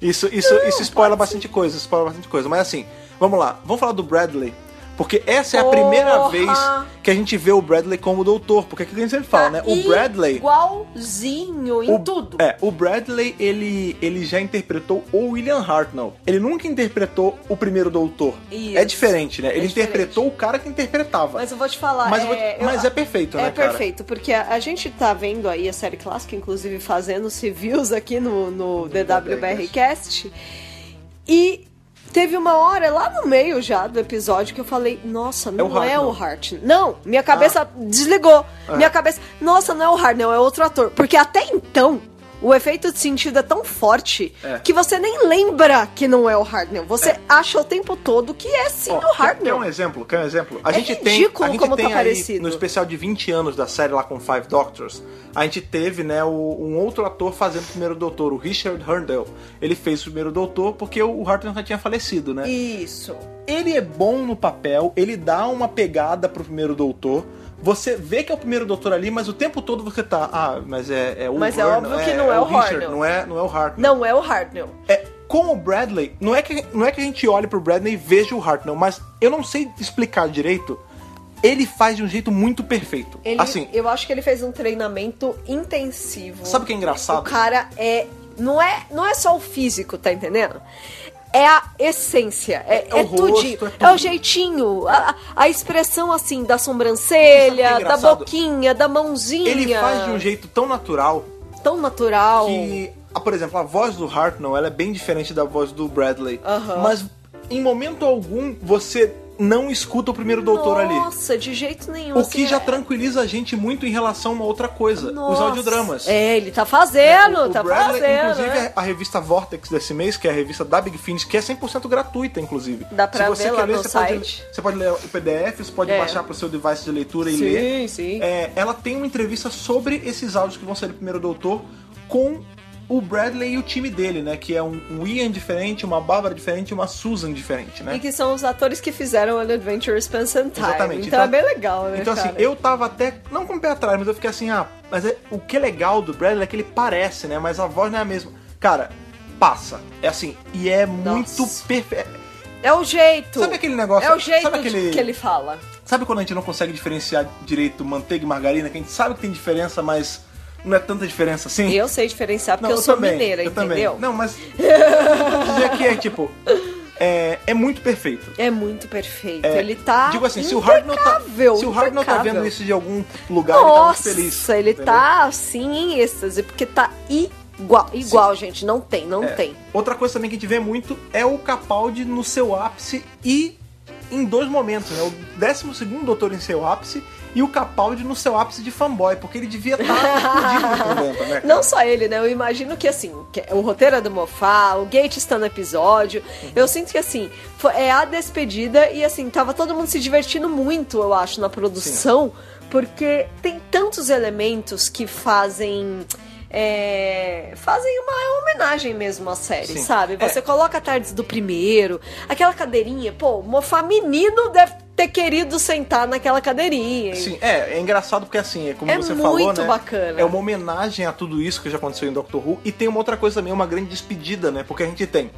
S1: isso isso isso spoila bastante coisa, spoila bastante coisa. Mas assim, vamos lá, vamos falar do Bradley, porque essa é a primeira
S2: Porra!
S1: vez que a gente vê o Bradley como doutor, porque é aquilo que a gente sempre fala, né? O Bradley
S2: Tá Igualzinho em
S1: O-
S2: tudo.
S1: É, o Bradley, ele, ele já interpretou o William Hartnell. Ele nunca interpretou o primeiro doutor.
S2: Isso.
S1: É diferente, né? Ele
S2: diferente.
S1: interpretou o cara que interpretava.
S2: Mas eu vou te falar.
S1: Mas eu
S2: é,
S1: vou te-
S2: eu-
S1: mas é perfeito, né,
S2: É
S1: cara?
S2: perfeito, porque a, a gente tá vendo aí a série clássica, inclusive fazendo os reviews aqui no, no DWBRcast. E teve uma hora lá no meio já do episódio que eu falei: Nossa, não
S1: o Ah.
S2: é o
S1: Hartnell.
S2: Hart. Não, minha cabeça desligou.
S1: É.
S2: Minha cabeça. Nossa, não é o Hart, não, é outro ator. Porque até então. O efeito de sentido é tão forte
S1: É.
S2: que você nem lembra que não é o Hartnell. Você acha o tempo todo que é sim
S1: Ó,
S2: o
S1: quer- Quer
S2: Hartnell.
S1: um exemplo? Quer um exemplo? A
S2: É
S1: gente tem,
S2: ridículo
S1: a gente
S2: como tá
S1: tem aí,
S2: parecido.
S1: no especial de 20 anos da série lá com Five Doctors, a gente teve, né, o- um outro ator fazendo o primeiro doutor, o Richard Herndale. Ele fez o primeiro doutor porque o Hartnell já tinha falecido, né?
S2: Isso.
S1: ele é bom no papel, ele dá uma pegada pro primeiro doutor. Você vê que é o primeiro doutor ali, mas o tempo todo você tá. Ah, mas é, é o
S2: Mas é
S1: Vernon,
S2: óbvio que não é o Hartnell."
S1: Não é, não é o Hartnell.
S2: Não é o Hartnell.
S1: É, com o Bradley, não é, que, não é que a gente olhe pro Bradley e veja o Hartnell, mas eu não sei explicar direito. Ele faz de um jeito muito perfeito.
S2: Ele,
S1: assim,
S2: eu acho que ele fez um treinamento intensivo.
S1: sabe o que é engraçado?
S2: O cara é não é não é só o físico, tá entendendo? É a essência, é,
S1: É o
S2: é
S1: rosto,
S2: tudinho.
S1: é tudo.
S2: é o jeitinho, a, a expressão assim da
S1: E sabe o
S2: sobrancelha,
S1: que é
S2: da
S1: engraçado?
S2: boquinha, da mãozinha.
S1: Ele faz de um jeito tão natural
S2: tão natural.
S1: que ah, por exemplo, a voz do Hartnell, ela é bem diferente da voz do Bradley.
S2: Aham.
S1: Mas em momento algum você não escuta o primeiro doutor ali.
S2: Nossa, de jeito nenhum.
S1: O
S2: assim,
S1: que já
S2: é-
S1: tranquiliza a gente muito em relação a uma outra coisa, os
S2: Nossa.
S1: audiodramas. É,
S2: É, ele tá fazendo,
S1: o
S2: tá
S1: Bradley,
S2: fazendo.
S1: Inclusive, é
S2: né?
S1: a revista Vortex desse mês, que é a revista da Big Finish, que é 100% gratuita, inclusive.
S2: Dá pra
S1: Se você
S2: ver
S1: quer
S2: lá
S1: ler,
S2: no
S1: você
S2: site.
S1: Pode, você pode ler o PDF, você pode
S2: É.
S1: baixar pro seu device de leitura e
S2: Sim,
S1: ler.
S2: sim.
S1: É, ela tem uma entrevista sobre esses áudios que vão sair do Primeiro Doutor com o Bradley e o time dele, né? Que é um, um Ian diferente, uma Bárbara diferente e uma Susan diferente, né?
S2: E que são os atores que fizeram An Adventure Spence and Time.
S1: Exatamente.
S2: Então, é bem legal, né?
S1: Então,
S2: cara?
S1: assim, eu tava até. Não com o pé atrás, mas eu fiquei assim, ah, mas é- o que é legal do Bradley é que ele parece, né? Mas a voz não é a mesma. Cara, passa. É assim, e é muito perfeito.
S2: É o jeito.
S1: Sabe aquele negócio-
S2: É o jeito
S1: sabe
S2: de-
S1: aquele-
S2: que ele fala.
S1: Sabe quando a gente não consegue diferenciar direito manteiga e margarina? Que a gente sabe que tem diferença, mas não é tanta diferença assim?
S2: Eu sei diferenciar porque
S1: Não,
S2: eu, sou
S1: também,
S2: mineira,
S1: eu também.
S2: entendeu?
S1: Não, mas. dizer que é tipo. É, é muito perfeito.
S2: É muito perfeito.
S1: É,
S2: ele tá.
S1: Digo assim, se o Hard não tá.
S2: impecável,
S1: Se o Hard não tá
S2: impecável.
S1: vendo isso de algum lugar,
S2: Nossa,
S1: ele tá muito feliz.
S2: ele
S1: entendeu?
S2: tá assim em êxtase, porque tá igual. Igual, gente. Não tem, não
S1: É.
S2: tem.
S1: Outra coisa também que a gente vê muito é o Capaldi no seu ápice e em dois momentos, né? O 12 doutor em seu ápice e o Capaldi no seu ápice de fanboy, porque ele devia estar explodindo por dentro, né?
S2: Não só ele, né? Eu imagino que, assim, que o roteiro é do Mofá, o Gate está no episódio.
S1: Uhum.
S2: Eu sinto que, assim, fo- é a despedida e, assim, tava todo mundo se divertindo muito, eu acho, na produção, porque tem tantos elementos que fazem. é, fazem uma homenagem mesmo à série,
S1: Sim.
S2: sabe?
S1: É.
S2: Você coloca a Tardes do Primeiro, aquela cadeirinha, pô, Mofá menino deve ter querido sentar naquela cadeirinha.
S1: Sim, é, é engraçado porque assim, é como
S2: É
S1: você falou,
S2: muito
S1: né?
S2: bacana.
S1: É uma homenagem a tudo isso que já aconteceu em Doctor Who e tem uma outra coisa também, uma grande despedida, né? Porque a gente tem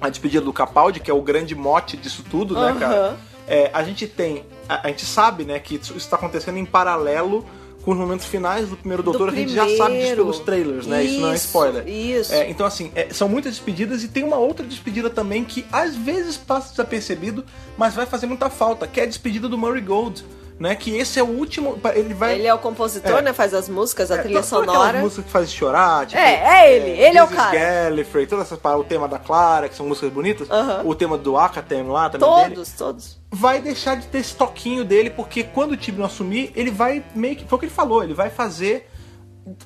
S1: a despedida do Capaldi, que é o grande mote disso tudo, né,
S2: Aham.
S1: cara? É, a gente tem, a, a gente sabe, né, que isso está acontecendo em paralelo com os momentos finais do primeiro Doutor, a gente já sabe disso
S2: primeiro.
S1: pelos trailers, né? Isso, não é spoiler.
S2: Isso.
S1: É, então, assim, é, são muitas despedidas e tem uma outra despedida também que às vezes passa desapercebido, mas vai fazer muita falta, que é a despedida do Murray Gold, né? Que esse é o último. pa- Ele vai.
S2: Ele é o compositor,
S1: É.
S2: né? Faz as músicas, a trilha
S1: todas aquelas
S2: sonora.
S1: músicas que fazem chorar, tipo,
S2: É, é ele, ele é o
S1: This is
S2: cara.
S1: Gallifrey, todas essas paradas, o tema da Clara, que são músicas bonitas,
S2: Aham.
S1: o tema do Akatem lá também dele
S2: Todos, todos.
S1: vai deixar de ter esse toquinho dele, porque quando o Tibno assumir, ele vai meio que. Foi o que ele falou, ele vai fazer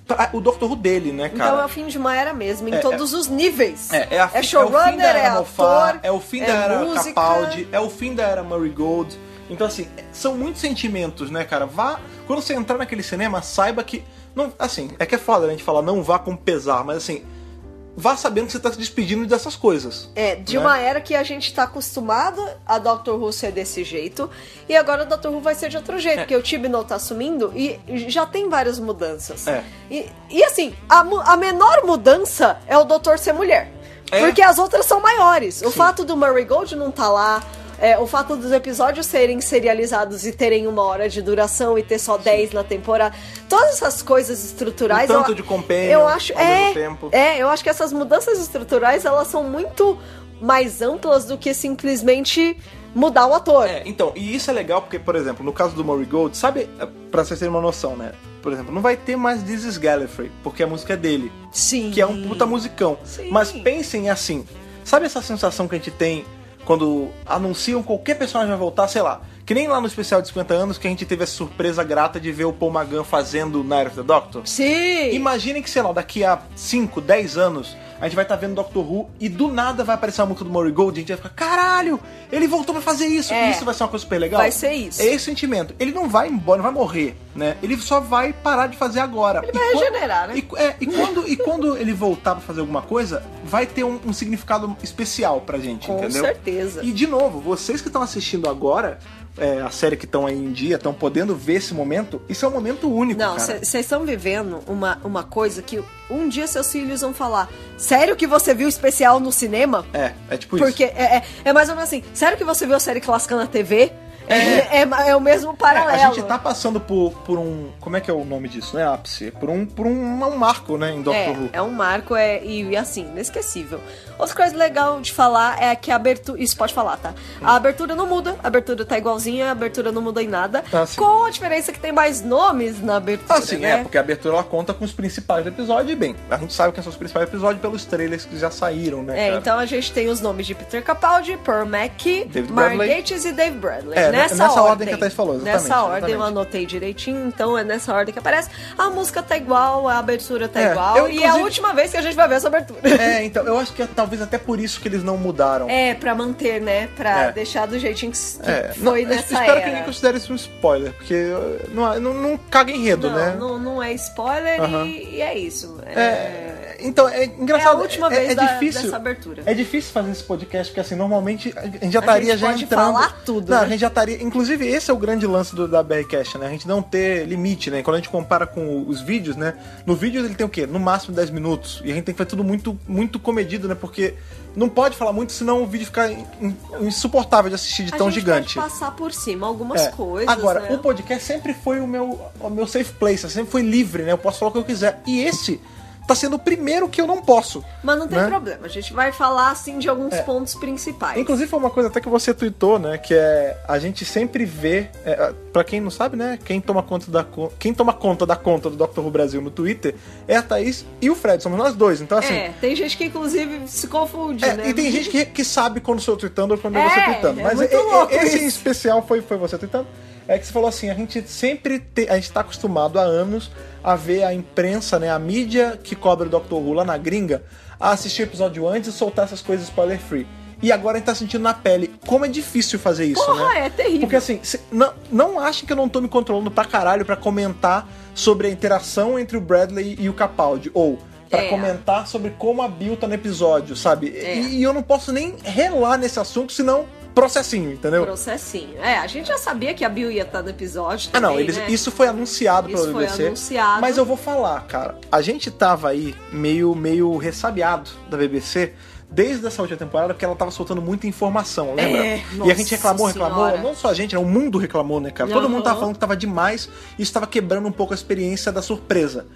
S1: pra- o Doctor Who dele, né, cara?
S2: Então é o fim de uma era mesmo, em todos os níveis.
S1: É, é, a fi- é o fim da
S2: showrunner, é,
S1: era Moffat,
S2: ator,
S1: é o fim da era
S2: música.
S1: Capaldi, é o fim da era Murray Gold. Então, assim, são muitos sentimentos, né, cara? Vá. Quando você entrar naquele cinema, saiba que. Não, assim, é que é foda né, a gente falar não vá com pesar, mas assim, vá sabendo que você tá se despedindo dessas coisas.
S2: É, de
S1: né?
S2: uma era que a gente tá acostumado a Doctor Who ser desse jeito, e agora o Doctor Who vai ser de outro
S1: É.
S2: jeito, porque o Tibnall tá assumindo e já tem várias mudanças.
S1: É.
S2: E, e assim, a, mu- a menor mudança é o Doutor ser mulher.
S1: É.
S2: Porque as outras são maiores. O fato do Murray Gold não tá lá, é, o fato dos episódios serem serializados e terem uma hora de duração e ter só 10 na temporada. Todas essas coisas estruturais.
S1: O tanto
S2: eu-
S1: de companion
S2: eu acho,
S1: ao
S2: é,
S1: mesmo tempo.
S2: é, eu acho que essas mudanças estruturais elas são muito mais amplas do que simplesmente mudar o ator.
S1: É, então, e isso é legal porque, por exemplo, no caso do Murray Gold, sabe, é, pra vocês terem uma noção, né? Por exemplo, não vai ter mais This is Gallifrey, porque a música é dele.
S2: Sim.
S1: que é um puta musicão.
S2: Sim.
S1: Mas pensem assim, sabe essa sensação que a gente tem quando anunciam qualquer personagem vai voltar, sei lá, que nem lá no especial de 50 anos que a gente teve a surpresa grata de ver o Paul Magan fazendo Night of the Doctor?
S2: Sim.
S1: Imaginem que, sei lá, daqui a 5, 10 anos, a gente vai estar vendo Doctor Who e do nada vai aparecer a música do Murray Gold e a gente vai ficar, caralho, ele voltou pra fazer isso.
S2: É.
S1: Isso vai ser uma coisa super legal.
S2: Vai ser isso.
S1: É esse sentimento. Ele não vai embora, não vai morrer, né? Ele só vai parar de fazer agora. Ele
S2: vai regenerar, né?
S1: E, é, e quando, e quando ele voltar pra fazer alguma coisa, vai ter um, um significado especial pra gente,
S2: Com
S1: entendeu?
S2: certeza.
S1: E de novo, vocês que estão assistindo agora, é, a série que estão aí em dia, estão podendo ver esse momento, isso é um momento único,
S2: Não,
S1: cara.
S2: vocês estão vivendo uma, uma coisa que um dia seus filhos vão falar: Sério que você viu o especial no cinema?
S1: É, é tipo isso.
S2: Porque é, é- é mais ou menos assim: Sério que você viu a série clássica na TV? É, é, é o mesmo paralelo. né?
S1: a gente tá passando por, por um. Como é que é o nome disso? Não é ápice? Por um, por um, um marco, né? Em Doctor
S2: é,
S1: Who.
S2: é um marco é, e assim, inesquecível. Outra coisa legal de falar é que a abertura. Isso pode falar, tá? A abertura não muda, a abertura tá igualzinha, a abertura não muda em nada.
S1: Ah, sim.
S2: com a diferença que tem mais nomes na abertura.
S1: Ah, sim,
S2: né?
S1: é, porque a abertura ela conta com os principais do episódio, e bem, a gente sabe quem são os principais episódios pelos trailers que já saíram, né?
S2: É,
S1: cara?
S2: então a gente tem os nomes de Peter Capaldi, Pearl Mackey,
S1: David
S2: Mark
S1: Bradley.
S2: Gates e Dave Bradley.
S1: É,
S2: nessa,
S1: nessa
S2: ordem,
S1: ordem que a Thaís falou, exatamente,
S2: Nessa ordem eu
S1: exatamente.
S2: anotei direitinho, então é nessa ordem que aparece. A música tá igual, a abertura tá
S1: É,
S2: igual,
S1: eu,
S2: e é a
S1: inclusive-
S2: última vez que a gente vai ver essa abertura.
S1: É, então, eu acho que é talvez até por isso que eles não mudaram.
S2: É, pra manter, né? Pra
S1: É.
S2: deixar do jeitinho que, que
S1: É,
S2: foi
S1: não, eu
S2: nessa
S1: espero que
S2: era.
S1: ninguém considere isso um spoiler, porque uh, não, não, não caga enredo,
S2: não,
S1: né?
S2: não, não é spoiler
S1: Aham.
S2: e, e é isso. É,
S1: É, então, é
S2: é a
S1: engraçado.
S2: última
S1: é-
S2: vez
S1: é,
S2: da-
S1: difícil,
S2: dessa abertura.
S1: É difícil fazer esse podcast, porque assim, normalmente a gente já
S2: A
S1: estaria
S2: gente
S1: já
S2: pode
S1: entrando.
S2: falar tudo,
S1: Não,
S2: né?
S1: a gente já estaria. Inclusive, esse é o grande lance do, da BRCast, né? A gente não ter limite, né? Quando a gente compara com os vídeos, né? No vídeo ele tem o quê? No máximo 10 minutos. E a gente tem que fazer tudo muito, muito comedido, né? Porque não pode falar muito, senão o vídeo fica in- in- insuportável de assistir de
S2: a
S1: tão
S2: gente
S1: gigante.
S2: pode passar por cima algumas
S1: É.
S2: coisas,
S1: Agora,
S2: né?
S1: o podcast sempre foi o meu, o meu safe place, sempre foi livre, né? Eu posso falar o que eu quiser. E esse tá sendo o primeiro que eu não posso.
S2: Mas não tem
S1: né? É.
S2: problema, a gente vai falar assim de alguns pontos principais.
S1: Inclusive foi uma coisa até que você tweetou, né? Que é a gente sempre vê. É, para quem não sabe, né? Quem toma conta da con- quem toma conta da conta do Dr. Who Brasil no Twitter é a Thaís e o Fred. Somos nós dois. Então assim.
S2: é, tem gente que inclusive se confunde,
S1: é,
S2: né?
S1: e tem gente que, que sabe quando sou eu tweetando ou quando
S2: É,
S1: é você tweetando.
S2: é
S1: Mas e-
S2: muito
S1: e-
S2: louco
S1: esse
S2: isso.
S1: em especial foi, foi você tweetando. É que você falou assim, a gente sempre te- a gente tá acostumado há anos a ver a imprensa, né, a mídia que cobre o Dr. Who lá na gringa, a assistir o episódio antes e soltar essas coisas spoiler free. E agora a gente tá sentindo na pele como é difícil fazer isso,
S2: Porra,
S1: né?
S2: é terrível.
S1: Porque assim, se- não, não achem que eu não tô me controlando pra caralho pra comentar sobre a interação entre o Bradley e o Capaldi. Ou pra
S2: É.
S1: comentar sobre como a Bill tá no episódio, sabe?
S2: É.
S1: E, e eu não posso nem relar nesse assunto, senão processinho, entendeu?
S2: Processinho. É, a gente já sabia que a Bill ia estar no episódio.
S1: Ah,
S2: Também,
S1: não, eles,
S2: né?
S1: isso foi anunciado
S2: Isso
S1: pela
S2: foi
S1: BBC.
S2: anunciado.
S1: Mas eu vou falar, cara. A gente tava aí meio, meio ressabiado da BBC desde essa última temporada, porque ela tava soltando muita informação, lembra?
S2: É,
S1: e a gente
S2: nossa
S1: reclamou, reclamou.
S2: senhora.
S1: Não só a gente, né? O mundo reclamou, né, cara? Todo
S2: Aham.
S1: mundo tava falando que tava demais e isso tava quebrando um pouco a experiência da surpresa.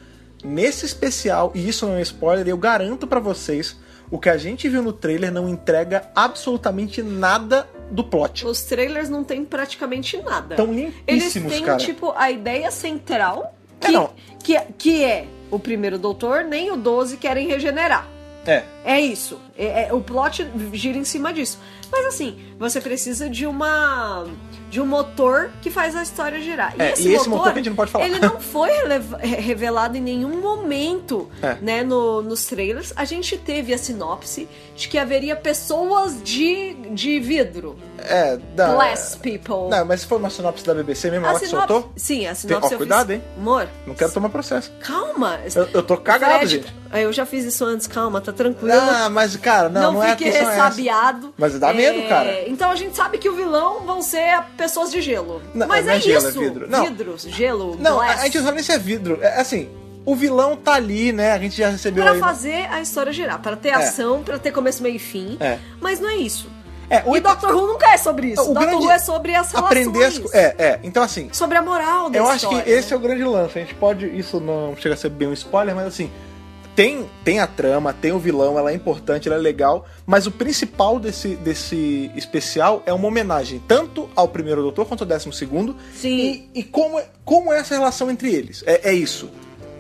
S1: Nesse especial, e isso não é spoiler, eu garanto pra vocês, o que a gente viu no trailer não entrega absolutamente nada do plot.
S2: Os trailers não tem praticamente nada.
S1: Tão
S2: Eles
S1: limpíssimos,
S2: têm,
S1: cara.
S2: tipo, a ideia central,
S1: É,
S2: que,
S1: não.
S2: que, que é o primeiro doutor, nem o 12 querem regenerar.
S1: É.
S2: É isso. É- é- o plot gira em cima disso. Mas assim, você precisa de uma. de um motor que faz a história girar.
S1: É, e esse motor que a gente não pode falar.
S2: Ele não foi releva- re- revelado em nenhum momento,
S1: É.
S2: né? no- nos trailers. A gente teve a sinopse de que haveria pessoas de, de vidro.
S1: É, da.
S2: Glass people.
S1: Não, mas se for uma sinopse da BBC mesmo,
S2: a
S1: ela que soltou?
S2: Sim, a sinopse
S1: ó,
S2: eu
S1: cuidado,
S2: fiz.
S1: hein?
S2: Amor,
S1: Não quero tomar processo.
S2: calma.
S1: Eu, eu tô cagado,
S2: Fred,
S1: gente.
S2: ah, Eu já fiz isso antes, calma, tá tranquilo.
S1: Ah, mas, cara, não, não,
S2: não,
S1: é a
S2: fique
S1: questão é essa.
S2: ressabiado.
S1: Mas dá medo, cara.
S2: Então a gente sabe que o vilão vão ser pessoas de gelo.
S1: Não,
S2: mas
S1: não
S2: é,
S1: é gelo,
S2: isso.
S1: é vidro. Não.
S2: Vidro, gelo,
S1: Não, a,
S2: glass.
S1: a gente não sabe nem se é vidro. É assim, o vilão tá ali, né? A gente já recebeu
S2: Pra
S1: aí.
S2: fazer a história girar, pra ter
S1: É.
S2: ação, pra ter começo, meio e fim.
S1: É.
S2: Mas não é isso.
S1: É, o
S2: e Doctor Who nunca é sobre isso.
S1: O
S2: Doctor
S1: grande-
S2: Who é sobre as
S1: aprender as
S2: relações.
S1: coisas. É, é. Então, assim,
S2: Sobre a moral da
S1: eu acho
S2: história. né?
S1: que esse é o grande lance. A gente pode. Isso não chega a ser bem um spoiler, mas assim. Tem, tem a trama, tem o vilão, ela é importante, ela é legal, mas o principal desse, desse especial é uma homenagem tanto ao primeiro doutor quanto ao décimo segundo.
S2: Sim.
S1: E, e como, é- como é essa relação entre eles. É, é isso.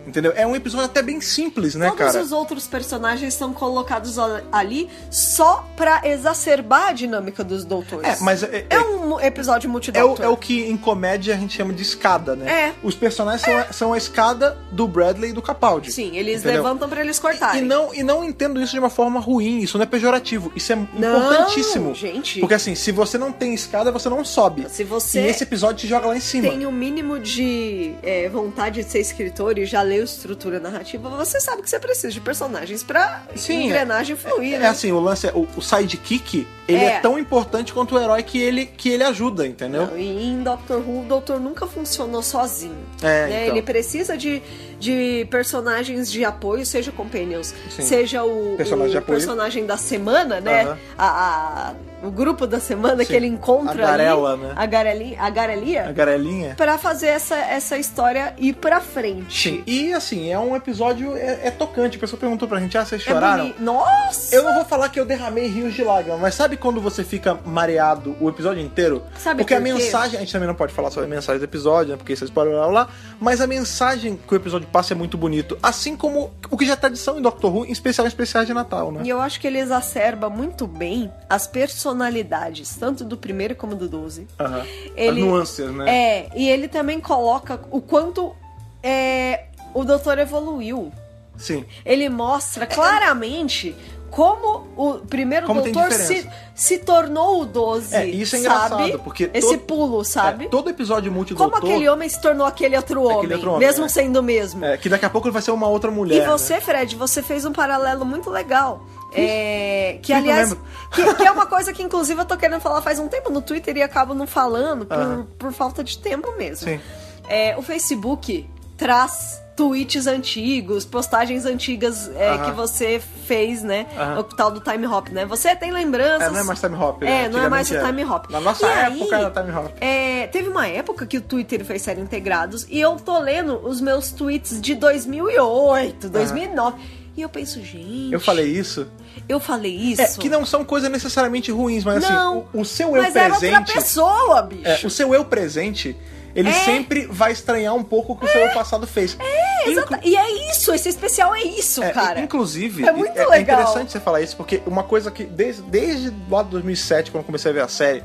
S1: Entendeu? É um episódio até bem simples, né,
S2: Todos
S1: cara?
S2: os outros personagens são colocados a- ali só pra exacerbar a dinâmica dos doutores.
S1: É, mas é-
S2: é, um episódio
S1: É o,
S2: multidoutor.
S1: é o que em comédia a gente chama de escada, né?
S2: É.
S1: Os personagens são, a- são a escada do Bradley e do Capaldi.
S2: Sim, eles
S1: entendeu?
S2: levantam pra eles
S1: E,
S2: cortarem.
S1: e não, e não entendo isso de uma forma ruim, isso não é pejorativo, isso é
S2: Não,
S1: importantíssimo.
S2: gente.
S1: Porque assim, se você não tem escada, você não sobe.
S2: Se você
S1: E esse episódio te joga lá em cima.
S2: tem um o mínimo de é, vontade de ser escritor e já leu estrutura narrativa, você sabe que você precisa de personagens pra
S1: Sim,
S2: engrenagem fluir,
S1: É
S2: né?
S1: assim, o lance é, o, o sidekick, ele é.
S2: É.
S1: tão importante quanto o herói que ele, que ele ajuda, entendeu?
S2: Não, e em Doctor Who, o doutor nunca funcionou sozinho.
S1: É,
S2: né?
S1: então.
S2: Ele precisa de, de personagens de apoio, seja companions,
S1: Sim.
S2: seja o,
S1: Personagem
S2: o
S1: de apoio.
S2: personagem da semana, né?
S1: Aham.
S2: A- a- o grupo da semana
S1: Sim.
S2: que ele encontra
S1: A garela,
S2: ali,
S1: né?
S2: a garelinha, a garelia,
S1: A garelinha.
S2: pra fazer essa, essa história ir pra frente.
S1: Sim. E assim, é um episódio. É, é tocante. A pessoa perguntou pra gente: ah, vocês
S2: É
S1: choraram?
S2: boni- Nossa!
S1: Eu não vou falar que eu derramei rios de lágrimas, mas sabe quando você fica mareado o episódio inteiro?
S2: Sabe
S1: porque a
S2: por quê?
S1: mensagem, a gente também não pode falar sobre a mensagem do episódio, né? Porque isso é spoiler lá, lá, lá, mas a mensagem que o episódio passa é muito bonito, assim como o que já é tradição em Doctor Who, em especial em especiais de Natal, né?
S2: E eu acho que ele exacerba muito bem as personalidades, tanto do primeiro como do 12.
S1: Aham. As
S2: Ele-
S1: nuances, né?
S2: É, e ele também coloca o quanto é, o doutor evoluiu.
S1: Sim.
S2: Ele mostra claramente como o primeiro
S1: É, Como tem
S2: doutor se,
S1: diferença.
S2: se tornou o 12.
S1: É, isso é
S2: sabe?
S1: engraçado, porque
S2: Esse
S1: todo-
S2: pulo, sabe?
S1: É, todo episódio
S2: como
S1: multidoutor...
S2: aquele homem se tornou aquele outro
S1: Aquele
S2: homem,
S1: outro homem,
S2: mesmo
S1: é.
S2: sendo o mesmo.
S1: É, que daqui a pouco ele vai ser uma outra mulher.
S2: E
S1: né?
S2: você, Fred, você fez um paralelo muito legal. É, que,
S1: eu
S2: aliás,
S1: lembro.
S2: que, que é uma coisa que, inclusive, eu tô querendo falar faz um tempo no Twitter e acabo não falando por,
S1: Aham.
S2: por falta de tempo mesmo.
S1: Sim.
S2: É, o Facebook traz tweets antigos, postagens antigas é,
S1: Aham.
S2: que você fez, né?
S1: Aham.
S2: O tal do time hop, né? Você tem lembranças.
S1: É, não é mais time hop. né?
S2: É, não é mais o
S1: Antigamente
S2: time hop.
S1: Na nossa
S2: E
S1: época
S2: aí,
S1: era time hop.
S2: é, teve uma época que o Twitter e o Face eram integrados e eu tô lendo os meus tweets de 2008, 2009. E eu penso, gente.
S1: Eu falei isso
S2: Eu falei
S1: É,
S2: isso.
S1: que não são coisas necessariamente ruins, mas
S2: Não,
S1: assim, o, o seu eu
S2: mas era outra
S1: presente.
S2: pessoa, bicho.
S1: é, o seu eu presente, ele
S2: É.
S1: sempre vai estranhar um pouco o que o seu eu passado fez. É,
S2: Exata- E é isso, esse especial é isso, cara.
S1: inclusive,
S2: É muito
S1: é,
S2: legal.
S1: interessante você falar isso, porque uma coisa que desde, desde lá de 2007, quando eu comecei a ver a série,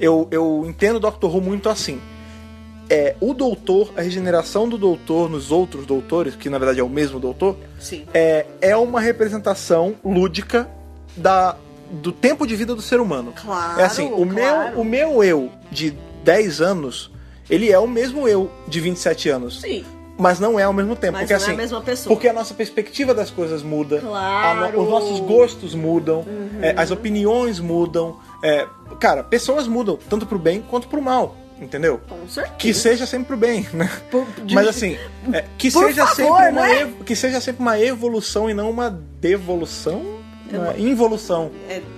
S1: eu, eu entendo Doctor Who muito assim. É, o doutor, a regeneração do doutor nos outros doutores, que na verdade é o mesmo doutor,
S2: Sim.
S1: é, é uma representação lúdica da, do tempo de vida do ser humano.
S2: Claro.
S1: É assim, o,
S2: claro.
S1: meu, o meu eu de 10 anos, ele é o mesmo eu de 27 anos.
S2: Sim,
S1: Mas não é ao mesmo tempo.
S2: mas
S1: porque
S2: não
S1: assim,
S2: é a mesma pessoa.
S1: porque a nossa perspectiva das coisas muda. a no-
S2: Claro. Uhum.
S1: os nossos gostos mudam, é, as opiniões mudam. é, cara, pessoas mudam, tanto pro bem quanto pro mal, entendeu?
S2: Com
S1: Que
S2: certeza.
S1: seja sempre pro bem, né?
S2: Por-
S1: Mas assim, é, que,
S2: Por
S1: seja
S2: favor,
S1: sempre uma
S2: né?
S1: evo- que seja sempre uma evolução e não uma devolução, uma involução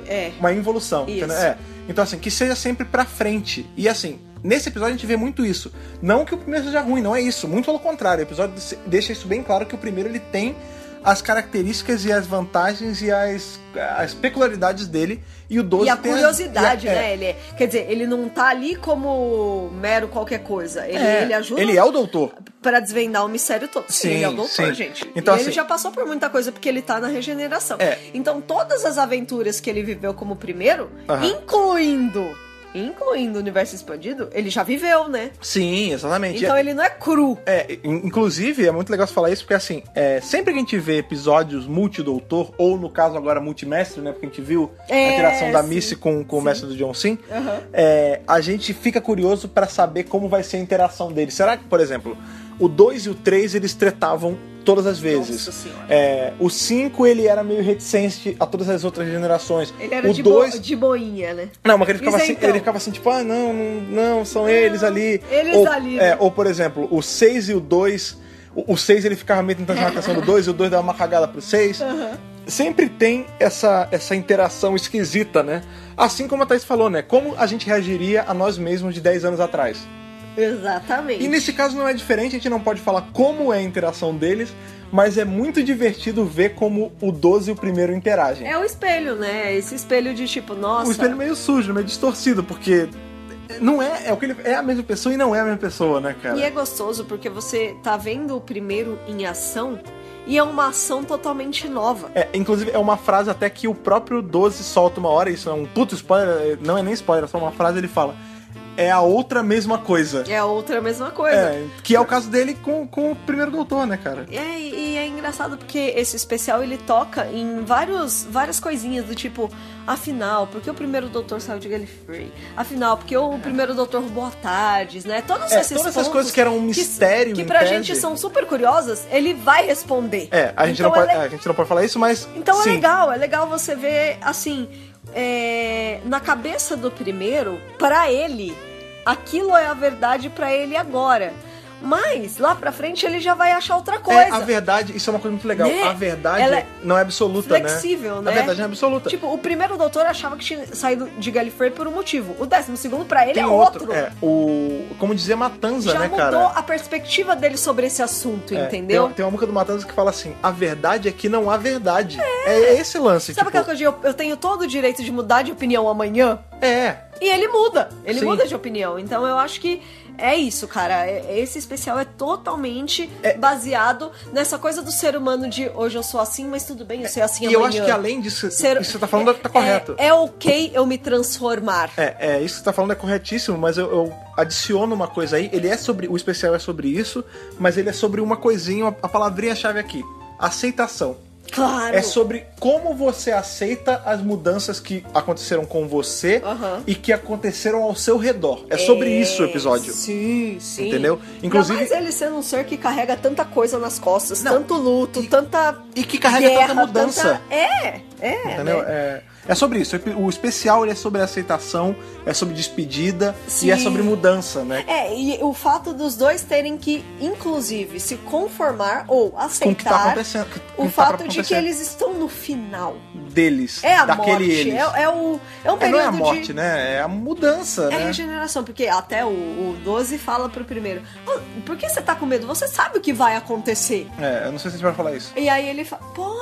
S2: É,
S1: uma involução,
S2: Isso.
S1: entendeu? É. Então, assim, que seja sempre pra frente. E assim, nesse episódio a gente vê muito isso. Não que o primeiro seja ruim, não é isso. Muito pelo contrário, o episódio se- deixa isso bem claro que o primeiro ele tem as características e as vantagens e as, as peculiaridades dele. E o 12
S2: E a
S1: tem as-
S2: curiosidade,
S1: e a- é.
S2: né? Ele é- quer dizer, ele não tá ali como mero qualquer coisa. Ele,
S1: É,
S2: ele ajuda
S1: Ele é o doutor.
S2: pra desvendar o mistério todo. Sim,
S1: Sim,
S2: ele é o doutor,
S1: sim.
S2: gente.
S1: Então,
S2: E ele
S1: assim-
S2: já passou por muita coisa porque ele tá na regeneração.
S1: É.
S2: Então, todas as aventuras que ele viveu como primeiro,
S1: Aham.
S2: incluindo incluindo o universo expandido, ele já viveu, né?
S1: Sim, exatamente.
S2: Então ele não é cru.
S1: É, in- inclusive, é muito legal você falar isso, porque assim, é, sempre que a gente vê episódios multidoutor, ou no caso agora multimestre, né? Porque a gente viu
S2: É,
S1: a interação da
S2: sim,
S1: Missy com, com o
S2: sim.
S1: mestre do John Sim,
S2: Aham.
S1: é, a gente fica curioso pra saber como vai ser a interação deles. Será que, por exemplo, o 2 e o 3 eles tretavam todas as
S2: Nossa
S1: vezes?
S2: senhora.
S1: É, o 5 ele era meio reticente a todas as outras generações.
S2: Ele era
S1: É o
S2: de,
S1: dois-
S2: bo- de boinha, né?
S1: não, mas ele ficava,
S2: Isso é
S1: assim,
S2: então.
S1: ele ficava assim, tipo, ah, não, não, não, são eles ali.
S2: eles
S1: ou,
S2: ali,
S1: é,
S2: né?
S1: ou, por exemplo, o 6 e o 2. O 6 ele ficava meio tentando chamar a atenção do 2 e o 2 dava uma cagada pro
S2: É.
S1: 6. Sempre tem essa, essa interação esquisita, né? Assim como a Thaís falou, né? Como a gente reagiria a nós mesmos de 10 anos atrás.
S2: Exatamente.
S1: E nesse caso não é diferente, a gente não pode falar como é a interação deles, mas é muito divertido ver como o 12 e o primeiro interagem.
S2: É o espelho, né? Esse espelho de tipo, nossa.
S1: O espelho meio sujo, meio distorcido, porque não é, é o que ele é a mesma pessoa e não é a mesma pessoa, né, cara?
S2: E é gostoso porque você tá vendo o primeiro em ação e é uma ação totalmente nova.
S1: É, inclusive, é uma frase até que o próprio 12 solta uma hora, isso é um puto spoiler, é, não é nem spoiler, é só uma frase, ele fala, é a outra mesma coisa.
S2: É outra mesma coisa.
S1: É, que é o caso dele com, com o primeiro doutor, né, cara?
S2: É, e é engraçado porque esse especial ele toca em vários, várias coisinhas do tipo, afinal, por que o primeiro doutor saiu de Gallifrey? Afinal, porque o primeiro doutor roubou a tardes, né? Todos
S1: É,
S2: esses
S1: todas essas
S2: pontos
S1: coisas que eram um mistério
S2: que,
S1: em
S2: pra
S1: tese.
S2: gente são super curiosas, ele vai responder.
S1: É, a gente,
S2: Então
S1: não pode,
S2: é le-
S1: a gente não pode falar isso, mas
S2: Então
S1: sim.
S2: é legal, é legal você ver assim. é, na cabeça do primeiro, pra ele, aquilo é a verdade pra ele agora. Mas lá pra frente ele já vai achar outra coisa. É,
S1: a verdade, isso é uma coisa muito legal.
S2: Né?
S1: A verdade
S2: Ela é
S1: não é absoluta,
S2: flexível,
S1: né?
S2: né?
S1: A verdade não é absoluta.
S2: Tipo, o primeiro doutor achava que tinha saído de Gallifrey por um motivo. O décimo segundo, pra ele,
S1: Tem
S2: é
S1: outro.
S2: outro.
S1: É, o. Como dizia Matanza,
S2: Já
S1: né,
S2: mudou
S1: cara?
S2: a perspectiva dele sobre esse assunto,
S1: É,
S2: entendeu?
S1: Tem, tem uma música do Matanza que fala assim: a verdade é que não há verdade. É, esse lance.
S2: Sabe
S1: tipo,
S2: aquela coisa de eu, eu tenho todo o direito de mudar de opinião amanhã?
S1: É.
S2: E ele muda, ele
S1: Sim.
S2: muda de opinião. Então eu acho que é isso, cara. É- Esse especial é totalmente
S1: É.
S2: baseado nessa coisa do ser humano de hoje eu sou assim, mas tudo bem, eu sei assim
S1: E
S2: amanhã.
S1: eu acho que além disso,
S2: Ser-
S1: isso que você tá falando tá correto.
S2: É, é ok eu me transformar.
S1: É, é, isso que você tá falando é corretíssimo, mas eu, eu adiciono uma coisa aí. Ele é sobre. O especial é sobre isso, mas ele é sobre uma coisinha, uma- a palavrinha-chave aqui: aceitação.
S2: Claro.
S1: É sobre como você aceita as mudanças que aconteceram com você
S2: Aham.
S1: e que aconteceram ao seu redor. É sobre isso o episódio.
S2: Sim, sim.
S1: Entendeu? Inclusive-
S2: Ainda mais ele sendo um ser que carrega tanta coisa nas costas,
S1: Não,
S2: tanto luto,
S1: e-
S2: tanta.
S1: E que carrega
S2: guerra,
S1: tanta mudança.
S2: tanta- É, é.
S1: Entendeu?
S2: né?
S1: É, é sobre isso. O especial ele é sobre aceitação, é sobre despedida
S2: Sim.
S1: e é sobre mudança, né?
S2: É, e o fato dos dois terem que, inclusive, se conformar ou
S1: Com o que tá
S2: aceitar
S1: acontecendo. com
S2: o
S1: que tá pra
S2: fato de que
S1: acontecer
S2: eles estão no final.
S1: Deles.
S2: É a
S1: daquele
S2: morte.
S1: eles.
S2: É, é o, é um
S1: É,
S2: período
S1: não é a
S2: de-
S1: morte, né? É a mudança,
S2: É
S1: né?
S2: regeneração, porque até o, o 12 fala pro primeiro: "Ah, Por que você tá com medo? Você sabe o que vai acontecer.
S1: É, eu não sei se a gente vai falar isso.
S2: E aí ele fala, pô,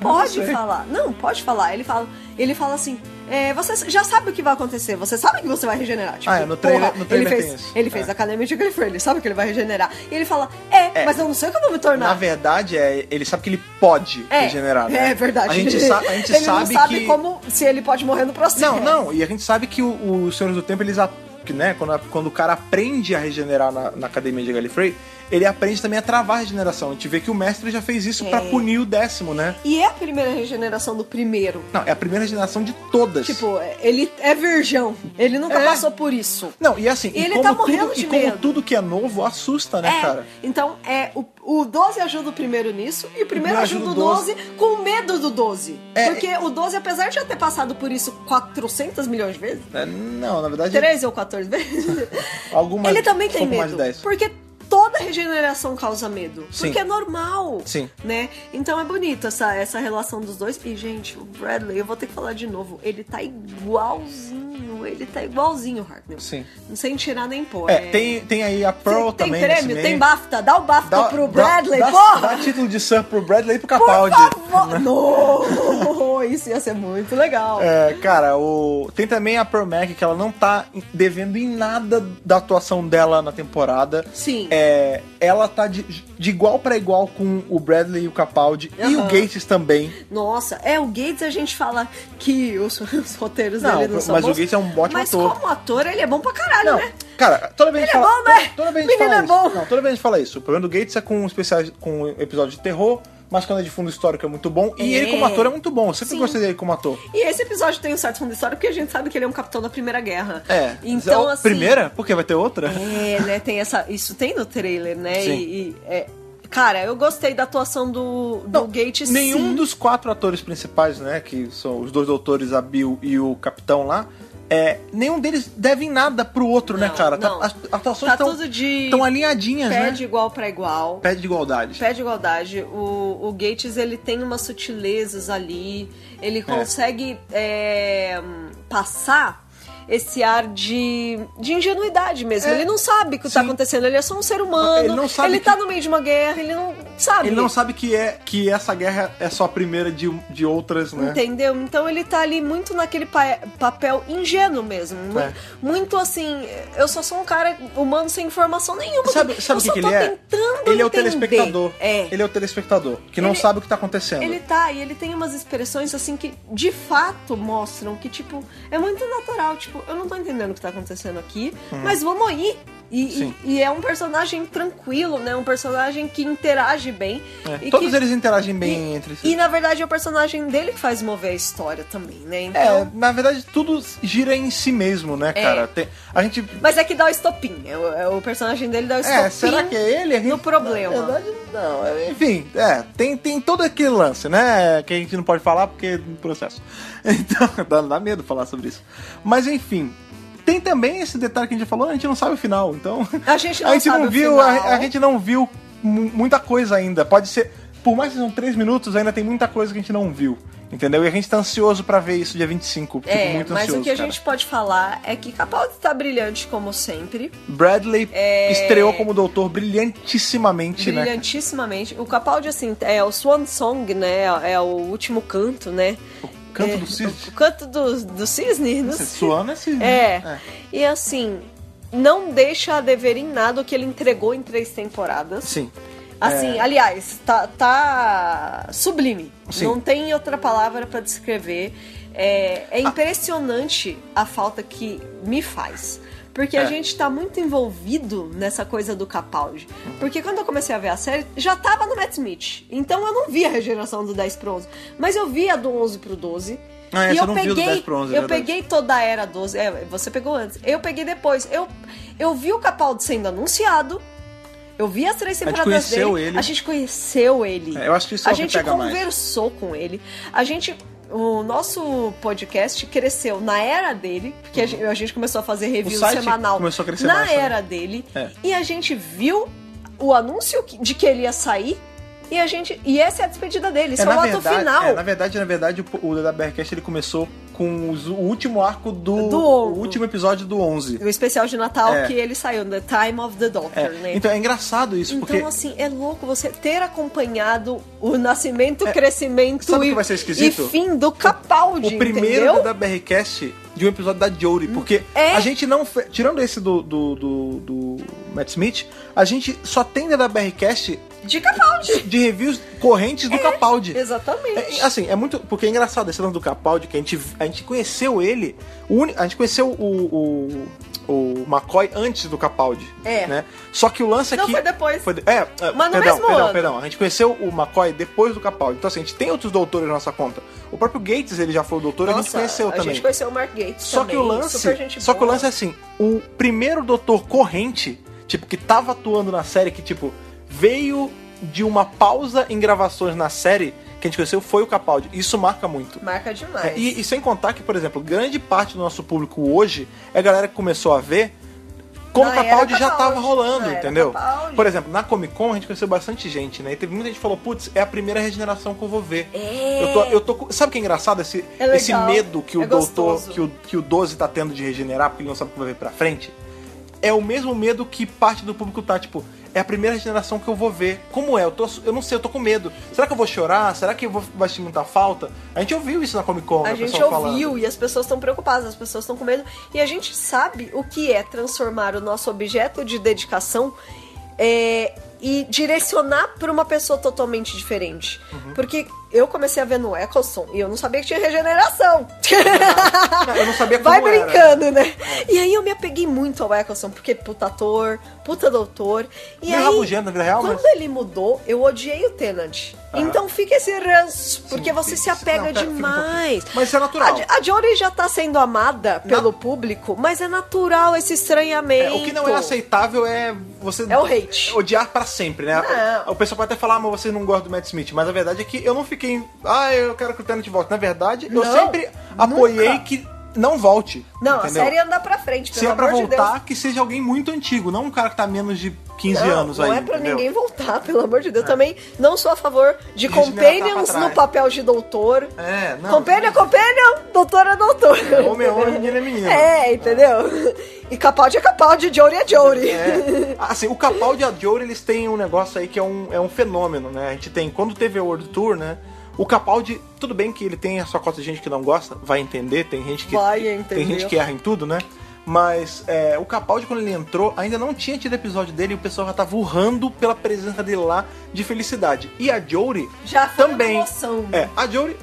S2: pode
S1: sei.
S2: falar. Não, pode falar. Ele fala, ele fala assim, é, você já sabe o que vai acontecer, você sabe que você vai regenerar. Tipo,
S1: Ah, é, no trailer-
S2: porra,
S1: no trailer
S2: ele
S1: tem
S2: fez,
S1: isso.
S2: Ele fez
S1: É.
S2: a Academia de Gallifrey, ele sabe que ele vai regenerar. E ele fala, é,
S1: É.
S2: mas eu não sei o que eu vou me
S1: Na
S2: tornar.
S1: verdade, é, ele sabe que ele pode
S2: é,
S1: regenerar. né?
S2: é verdade.
S1: A gente, sa a gente
S2: ele
S1: sabe,
S2: não sabe
S1: que.
S2: como, se ele pode morrer no processo.
S1: Não, não, e a gente sabe que o- os Senhores do Tempo, eles. a- que, né, quando, a- quando o cara aprende a regenerar na, na academia de Gallifrey, ele aprende também a travar a regeneração. A gente vê que o mestre já fez isso
S2: É.
S1: pra punir o décimo, né?
S2: E é a primeira regeneração do primeiro.
S1: Não, é a primeira regeneração de todas.
S2: Tipo, ele é virgão. Ele nunca
S1: É.
S2: passou por isso.
S1: não, e assim,
S2: e ele
S1: como
S2: tá morrendo
S1: tudo,
S2: de
S1: e como
S2: medo.
S1: tudo que é novo assusta, né,
S2: É,
S1: cara?
S2: então é o, o 12 ajuda o primeiro nisso e o
S1: primeiro
S2: primeiro ajuda o
S1: ajuda o
S2: 12 com medo do 12.
S1: É,
S2: porque o 12, apesar de já ter passado por isso 400 milhões de vezes,
S1: É, não, na verdade,
S2: 13 ou 14 vezes,
S1: algumas.
S2: ele também
S1: um
S2: tem
S1: pouco
S2: medo.
S1: mais de 10.
S2: Porque toda regeneração causa medo.
S1: Sim.
S2: Porque é normal.
S1: Sim.
S2: Né? Então é bonito essa, essa relação dos dois. E, gente, o Bradley, eu vou ter que falar de novo. Ele tá igualzinho. Ele tá igualzinho, Hartnell.
S1: Sim.
S2: Não sem tirar nem pôr.
S1: É, tem, tem aí a Pearl
S2: tem
S1: também. nesse
S2: prêmio,
S1: meio.
S2: tem BAFTA. Dá o BAFTA
S1: Dá-
S2: pro
S1: dá-
S2: Bradley,
S1: dá,
S2: porra!
S1: Dá título de Sir pro Bradley e pro
S2: Por
S1: Capaldi.
S2: favor! Não! Isso ia ser muito legal.
S1: É, cara, o... tem também a Pearl Mac, que ela não tá devendo em nada da atuação dela na temporada.
S2: Sim.
S1: É, ela tá de, de igual pra igual com o Bradley e o Capaldi. E o
S2: Aham.
S1: Gates também.
S2: Nossa, é o Gates a gente fala que os, os roteiros
S1: Não,
S2: dele não são
S1: mas o
S2: bons.
S1: Gates é um ótimo
S2: mas
S1: ator.
S2: como ator, ele é bom pra caralho,
S1: Não,
S2: né?
S1: cara, toda vez que
S2: Ele é
S1: fala,
S2: bom, né?
S1: toda- toda vez a gente
S2: Menino
S1: fala
S2: é
S1: isso.
S2: bom.
S1: Não, toda vez a gente fala isso. O problema do Gates é com especiais, com episódio de terror, mas quando é de fundo histórico é muito bom. E
S2: É.
S1: ele como ator é muito bom. Eu sempre
S2: Sim.
S1: gostei dele como ator.
S2: E esse episódio tem um certo fundo de história porque a gente sabe que ele é um capitão da Primeira Guerra.
S1: É.
S2: Então, assim.
S1: Primeira? Porque vai ter outra?
S2: É, né? Tem essa. Isso tem no trailer, né?
S1: Sim.
S2: E. e, é, cara, eu gostei da atuação do, do
S1: Não,
S2: Gates.
S1: Nenhum
S2: sim.
S1: dos quatro atores principais, né? Que são os dois doutores, a Bill e o capitão lá. É, nenhum deles deve em nada pro outro, né,
S2: Não,
S1: cara? Tá-
S2: não.
S1: as as atuações
S2: Tá
S1: estão
S2: tudo de.
S1: tão alinhadinhas,
S2: pé
S1: né?
S2: de igual pra igual.
S1: Pé de igualdade.
S2: pé de igualdade. O, o Gates ele tem umas sutilezas ali, ele consegue é, passar esse ar de, de ingenuidade mesmo.
S1: É.
S2: Ele não sabe o que está
S1: Sim.
S2: acontecendo, ele é só um ser humano.
S1: Ele não sabe
S2: Ele
S1: que-
S2: tá no meio de uma guerra, ele não sabe.
S1: Ele não sabe que é que essa guerra é só a primeira de, de outras, né?
S2: Entendeu? Então ele tá ali muito naquele pa- papel ingênuo mesmo. mu-
S1: É.
S2: Muito assim, eu só sou um cara humano sem informação nenhuma.
S1: Sabe, sabe o
S2: eu
S1: que,
S2: só
S1: que
S2: tô
S1: ele é?
S2: tentando
S1: Ele é o
S2: entender.
S1: telespectador.
S2: É.
S1: Ele é o telespectador, que não
S2: Ele-
S1: sabe o que tá acontecendo.
S2: Ele tá, e ele tem umas expressões assim que de fato mostram que, tipo, é muito natural. Tipo, eu não tô entendendo o que tá acontecendo aqui, mas vamos aí. E,
S1: Hum. Sim.
S2: e- e é um personagem tranquilo, né? Um personagem que interage bem.
S1: É.
S2: E
S1: Todos
S2: que-
S1: eles interagem
S2: e-
S1: bem entre si.
S2: E na verdade é o personagem dele que faz mover a história também, né? Então.
S1: É, na verdade, tudo gira em si mesmo, né,
S2: É.
S1: cara? Tem- a gente
S2: Mas é que dá o estopim. É o, é o personagem dele dá o estopim.
S1: É, será que é ele? A gente-
S2: no problema.
S1: Na verdade, não. É, Enfim, é, tem, tem todo aquele lance, né? Que a gente não pode falar porque é um processo. Então, dá, dá medo falar sobre isso. Mas enfim, tem também esse detalhe que a gente falou, a gente não sabe o final, então.
S2: A gente não
S1: a gente
S2: sabe
S1: não
S2: o
S1: viu,
S2: final.
S1: a, a gente não viu mu- muita coisa ainda. Pode ser, por mais que sejam três minutos, ainda tem muita coisa que a gente não viu, entendeu? E a gente tá ansioso pra ver isso dia 25. Fico
S2: É,
S1: muito
S2: mas
S1: ansioso,
S2: o que a
S1: cara.
S2: gente pode falar é que Capaldi tá brilhante como sempre.
S1: Bradley
S2: É.
S1: estreou como doutor brilhantissimamente, né?
S2: Brilhantissimamente. O Capaldi, assim, é o Swan Song, né? É o último canto, né?
S1: O canto
S2: É,
S1: do
S2: O
S1: cisne.
S2: canto do, do cisne. não sei.
S1: Suando é cisne.
S2: É.
S1: né?
S2: E assim, não deixa a dever em nada o que ele entregou em três temporadas.
S1: Sim. É.
S2: Assim, aliás, tá, tá sublime.
S1: Sim.
S2: Não tem outra palavra pra descrever. É,
S1: Ah.
S2: é impressionante a falta que me faz. Porque
S1: É.
S2: a gente tá muito envolvido nessa coisa do Capaldi. Porque quando eu comecei a ver a série, já tava no Matt Smith. Então eu não vi a regeneração do 10 pro 11. Mas eu vi a do 11 pro 12.
S1: Ah, é,
S2: e
S1: você
S2: eu
S1: não viu
S2: peguei,
S1: do 10 pro 11, é
S2: eu
S1: verdade.
S2: peguei toda a era 12. É, você pegou antes. Eu peguei depois. Eu, eu vi o Capaldi sendo anunciado. Eu vi as três
S1: gente
S2: temporadas
S1: conheceu
S2: dele.
S1: ele.
S2: A gente conheceu ele.
S1: É, eu acho que isso é
S2: a
S1: o que
S2: gente
S1: pega mais.
S2: conversou com ele. A gente. O nosso podcast cresceu na era dele, porque a gen- a gente começou a fazer review
S1: Uhum. site
S2: semanal
S1: começou a crescer
S2: na
S1: mais também.
S2: era dele.
S1: É.
S2: E a gente viu o anúncio que- de que ele ia sair. E a gente. E essa é a despedida dele. Isso é, o ato final.
S1: é, na verdade, na verdade, o, o da Bearcast ele começou com os- o último arco do,
S2: Do
S1: o
S2: ovo.
S1: último episódio do 11.
S2: O especial de Natal
S1: É.
S2: que ele saiu, The Time of the Doctor,
S1: É,
S2: né?
S1: Então é engraçado isso,
S2: Então,
S1: porque
S2: assim, é louco você ter acompanhado o nascimento, crescimento
S1: É, Sabe o
S2: e,
S1: que vai ser esquisito?
S2: e fim do Capaldi,
S1: o primeiro
S2: entendeu?
S1: da BRCast de um episódio da Jory, porque
S2: É.
S1: a gente não. fe- Tirando esse do, do, do, do Matt Smith, a gente só tem da BRCast
S2: De Capaldi.
S1: de reviews correntes do
S2: É.
S1: Capaldi.
S2: Exatamente.
S1: É, assim, é muito. Porque é engraçado esse lance do Capaldi, que a gente, a gente conheceu ele. o uni- a gente conheceu o, o, o McCoy antes do Capaldi.
S2: É.
S1: Né? Só que o lance
S2: Não,
S1: aqui.
S2: foi depois.
S1: Foi de- é, é,
S2: Mas no
S1: perdão,
S2: mesmo
S1: perdão,
S2: ano.
S1: perdão. A gente conheceu o McCoy depois do Capaldi. Então, assim, a gente tem outros doutores na nossa conta. O próprio Gates, ele já foi o doutor, a gente
S2: Nossa,
S1: conheceu também.
S2: gente conheceu o Mark Gates
S1: Só
S2: também,
S1: que o lance,
S2: super gente
S1: só que o
S2: boa.
S1: lance é assim, o primeiro doutor corrente, tipo que tava atuando na série que tipo veio de uma pausa em gravações na série que a gente conheceu foi o Capaldi. Isso marca muito.
S2: Marca demais.
S1: É, e, e sem contar que, por exemplo, grande parte do nosso público hoje é a galera que começou a ver como o
S2: Na era
S1: Capaldi já
S2: Capaldi,
S1: tava rolando,
S2: na era
S1: entendeu?
S2: Capaldi.
S1: Por exemplo, na Comic Con a gente conheceu bastante gente, né? E teve muita gente que falou, putz, é a primeira regeneração que eu vou ver.
S2: É.
S1: Eu tô, eu tô, com- sabe o que é engraçado? Esse,
S2: É legal.
S1: esse medo que o
S2: É
S1: doutor,
S2: gostoso.
S1: que o, que o 12 tá tendo de regenerar, porque ele não sabe o que vai ver pra frente. É o mesmo medo que parte do público tá, tipo, é a primeira regeneração que eu vou ver. Como é? Eu, tô, eu não sei, eu tô com medo. Será que eu vou chorar? Será que eu vou, vai sentir muita falta? A gente ouviu isso na Comic Con, né,
S2: A
S1: o
S2: gente
S1: pessoal
S2: ouviu
S1: falando.
S2: e as pessoas estão preocupadas, as pessoas estão com medo. E a gente sabe o que é transformar o nosso objeto de dedicação é, e direcionar para uma pessoa totalmente diferente. Porque eu comecei a ver no Eccleston e eu não sabia que tinha regeneração.
S1: Eu não sabia como
S2: Vai
S1: era. É.
S2: brincando, né? E aí eu me apeguei muito ao Eccleston, porque puta ator, puta doutor. E
S1: Meio
S2: aí,
S1: rabugento na vida real,
S2: quando
S1: mas-
S2: ele mudou, eu odiei o Tenant.
S1: Aham.
S2: Então fica esse ranço, porque
S1: Sim,
S2: você
S1: sim,
S2: se
S1: sim. Não,
S2: apega
S1: pera, fica um
S2: demais.
S1: pouquinho. Mas isso é natural.
S2: A Jo- A, Jory já tá sendo amada pelo público, mas é natural esse estranhamento.
S1: É, o que não é aceitável é você
S2: É o hate.
S1: odiar pra sempre, né?
S2: Não.
S1: O pessoal pode até falar, "Ah, mas vocês não gostam do Matt Smith, mas a verdade é que eu não fiquei, ah, eu quero que o Tenant volte. Na verdade, eu
S2: Não,
S1: sempre apoiei
S2: nunca.
S1: que não volte.
S2: Não,
S1: entendeu?
S2: a série anda pra frente, pelo
S1: Se é
S2: amor
S1: pra
S2: de Deus.
S1: voltar, que seja alguém muito antigo, não um cara que tá há menos de 15
S2: não,
S1: anos
S2: não
S1: aí.
S2: é pra
S1: entendeu?
S2: ninguém voltar, pelo amor de Deus. Também não sou a favor
S1: Deixa
S2: de
S1: eu
S2: companions
S1: tá pra trás.
S2: no papel de doutor.
S1: É, não.
S2: Companion, companion, doutora, doutor.
S1: homem é homem, menina é menina.
S2: É, entendeu? E Capaldi é Capaldi, Jory é Jory.
S1: É, assim, o Capaldi e a Jory, eles têm um negócio aí que é um, é um fenômeno, né? A gente tem, quando teve a World Tour, né? O Capaldi, tudo bem que ele tem a sua cota de gente que não gosta, vai entender, tem gente que.
S2: Vai
S1: Tem
S2: entender.
S1: gente que erra em tudo, né? Mas é, o Capaldi, quando ele entrou, ainda não tinha tido episódio dele e o pessoal já tava urrando pela presença dele lá de felicidade. E a Jory
S2: Já foi
S1: também.
S2: uma emoção.
S1: É, a Jory,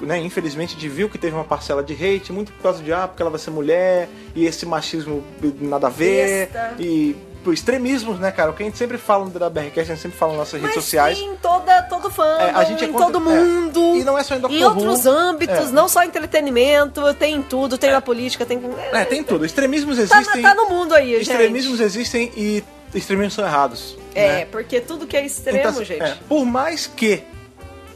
S1: né, infelizmente, de viu que teve uma parcela de hate, muito por causa de, ah, porque ela vai ser mulher, e esse machismo nada a ver,
S2: Besta.
S1: e pô, extremismos, né, cara? O que a gente sempre fala no DBRcast, a gente sempre fala nas nossas
S2: Mas
S1: redes sociais.
S2: Sim, toda, todo fã,
S1: É, a gente é
S2: em
S1: contra-
S2: todo
S1: é.
S2: mundo.
S1: E não é só em Doctor
S2: Em outros
S1: Who.
S2: âmbitos,
S1: É.
S2: não só entretenimento, tem em tudo, tem na política, tem.
S1: É, tem tudo. Extremismos
S2: tá,
S1: existem.
S2: tá no mundo aí, gente.
S1: extremismos existem e extremismos são errados.
S2: É,
S1: né?
S2: porque tudo que é extremo,
S1: Então, assim,
S2: gente.
S1: é, por mais que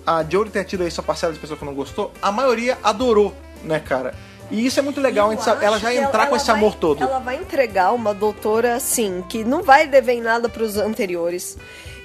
S1: a Jory tenha tido aí sua parcela de pessoa que não gostou, a maioria adorou, né, cara? E isso é muito legal, a gente sabe- ela já
S2: acho que
S1: entrar com
S2: ela
S1: esse amor
S2: vai-
S1: todo.
S2: Ela vai entregar uma doutora, assim, que não vai dever em nada pros anteriores.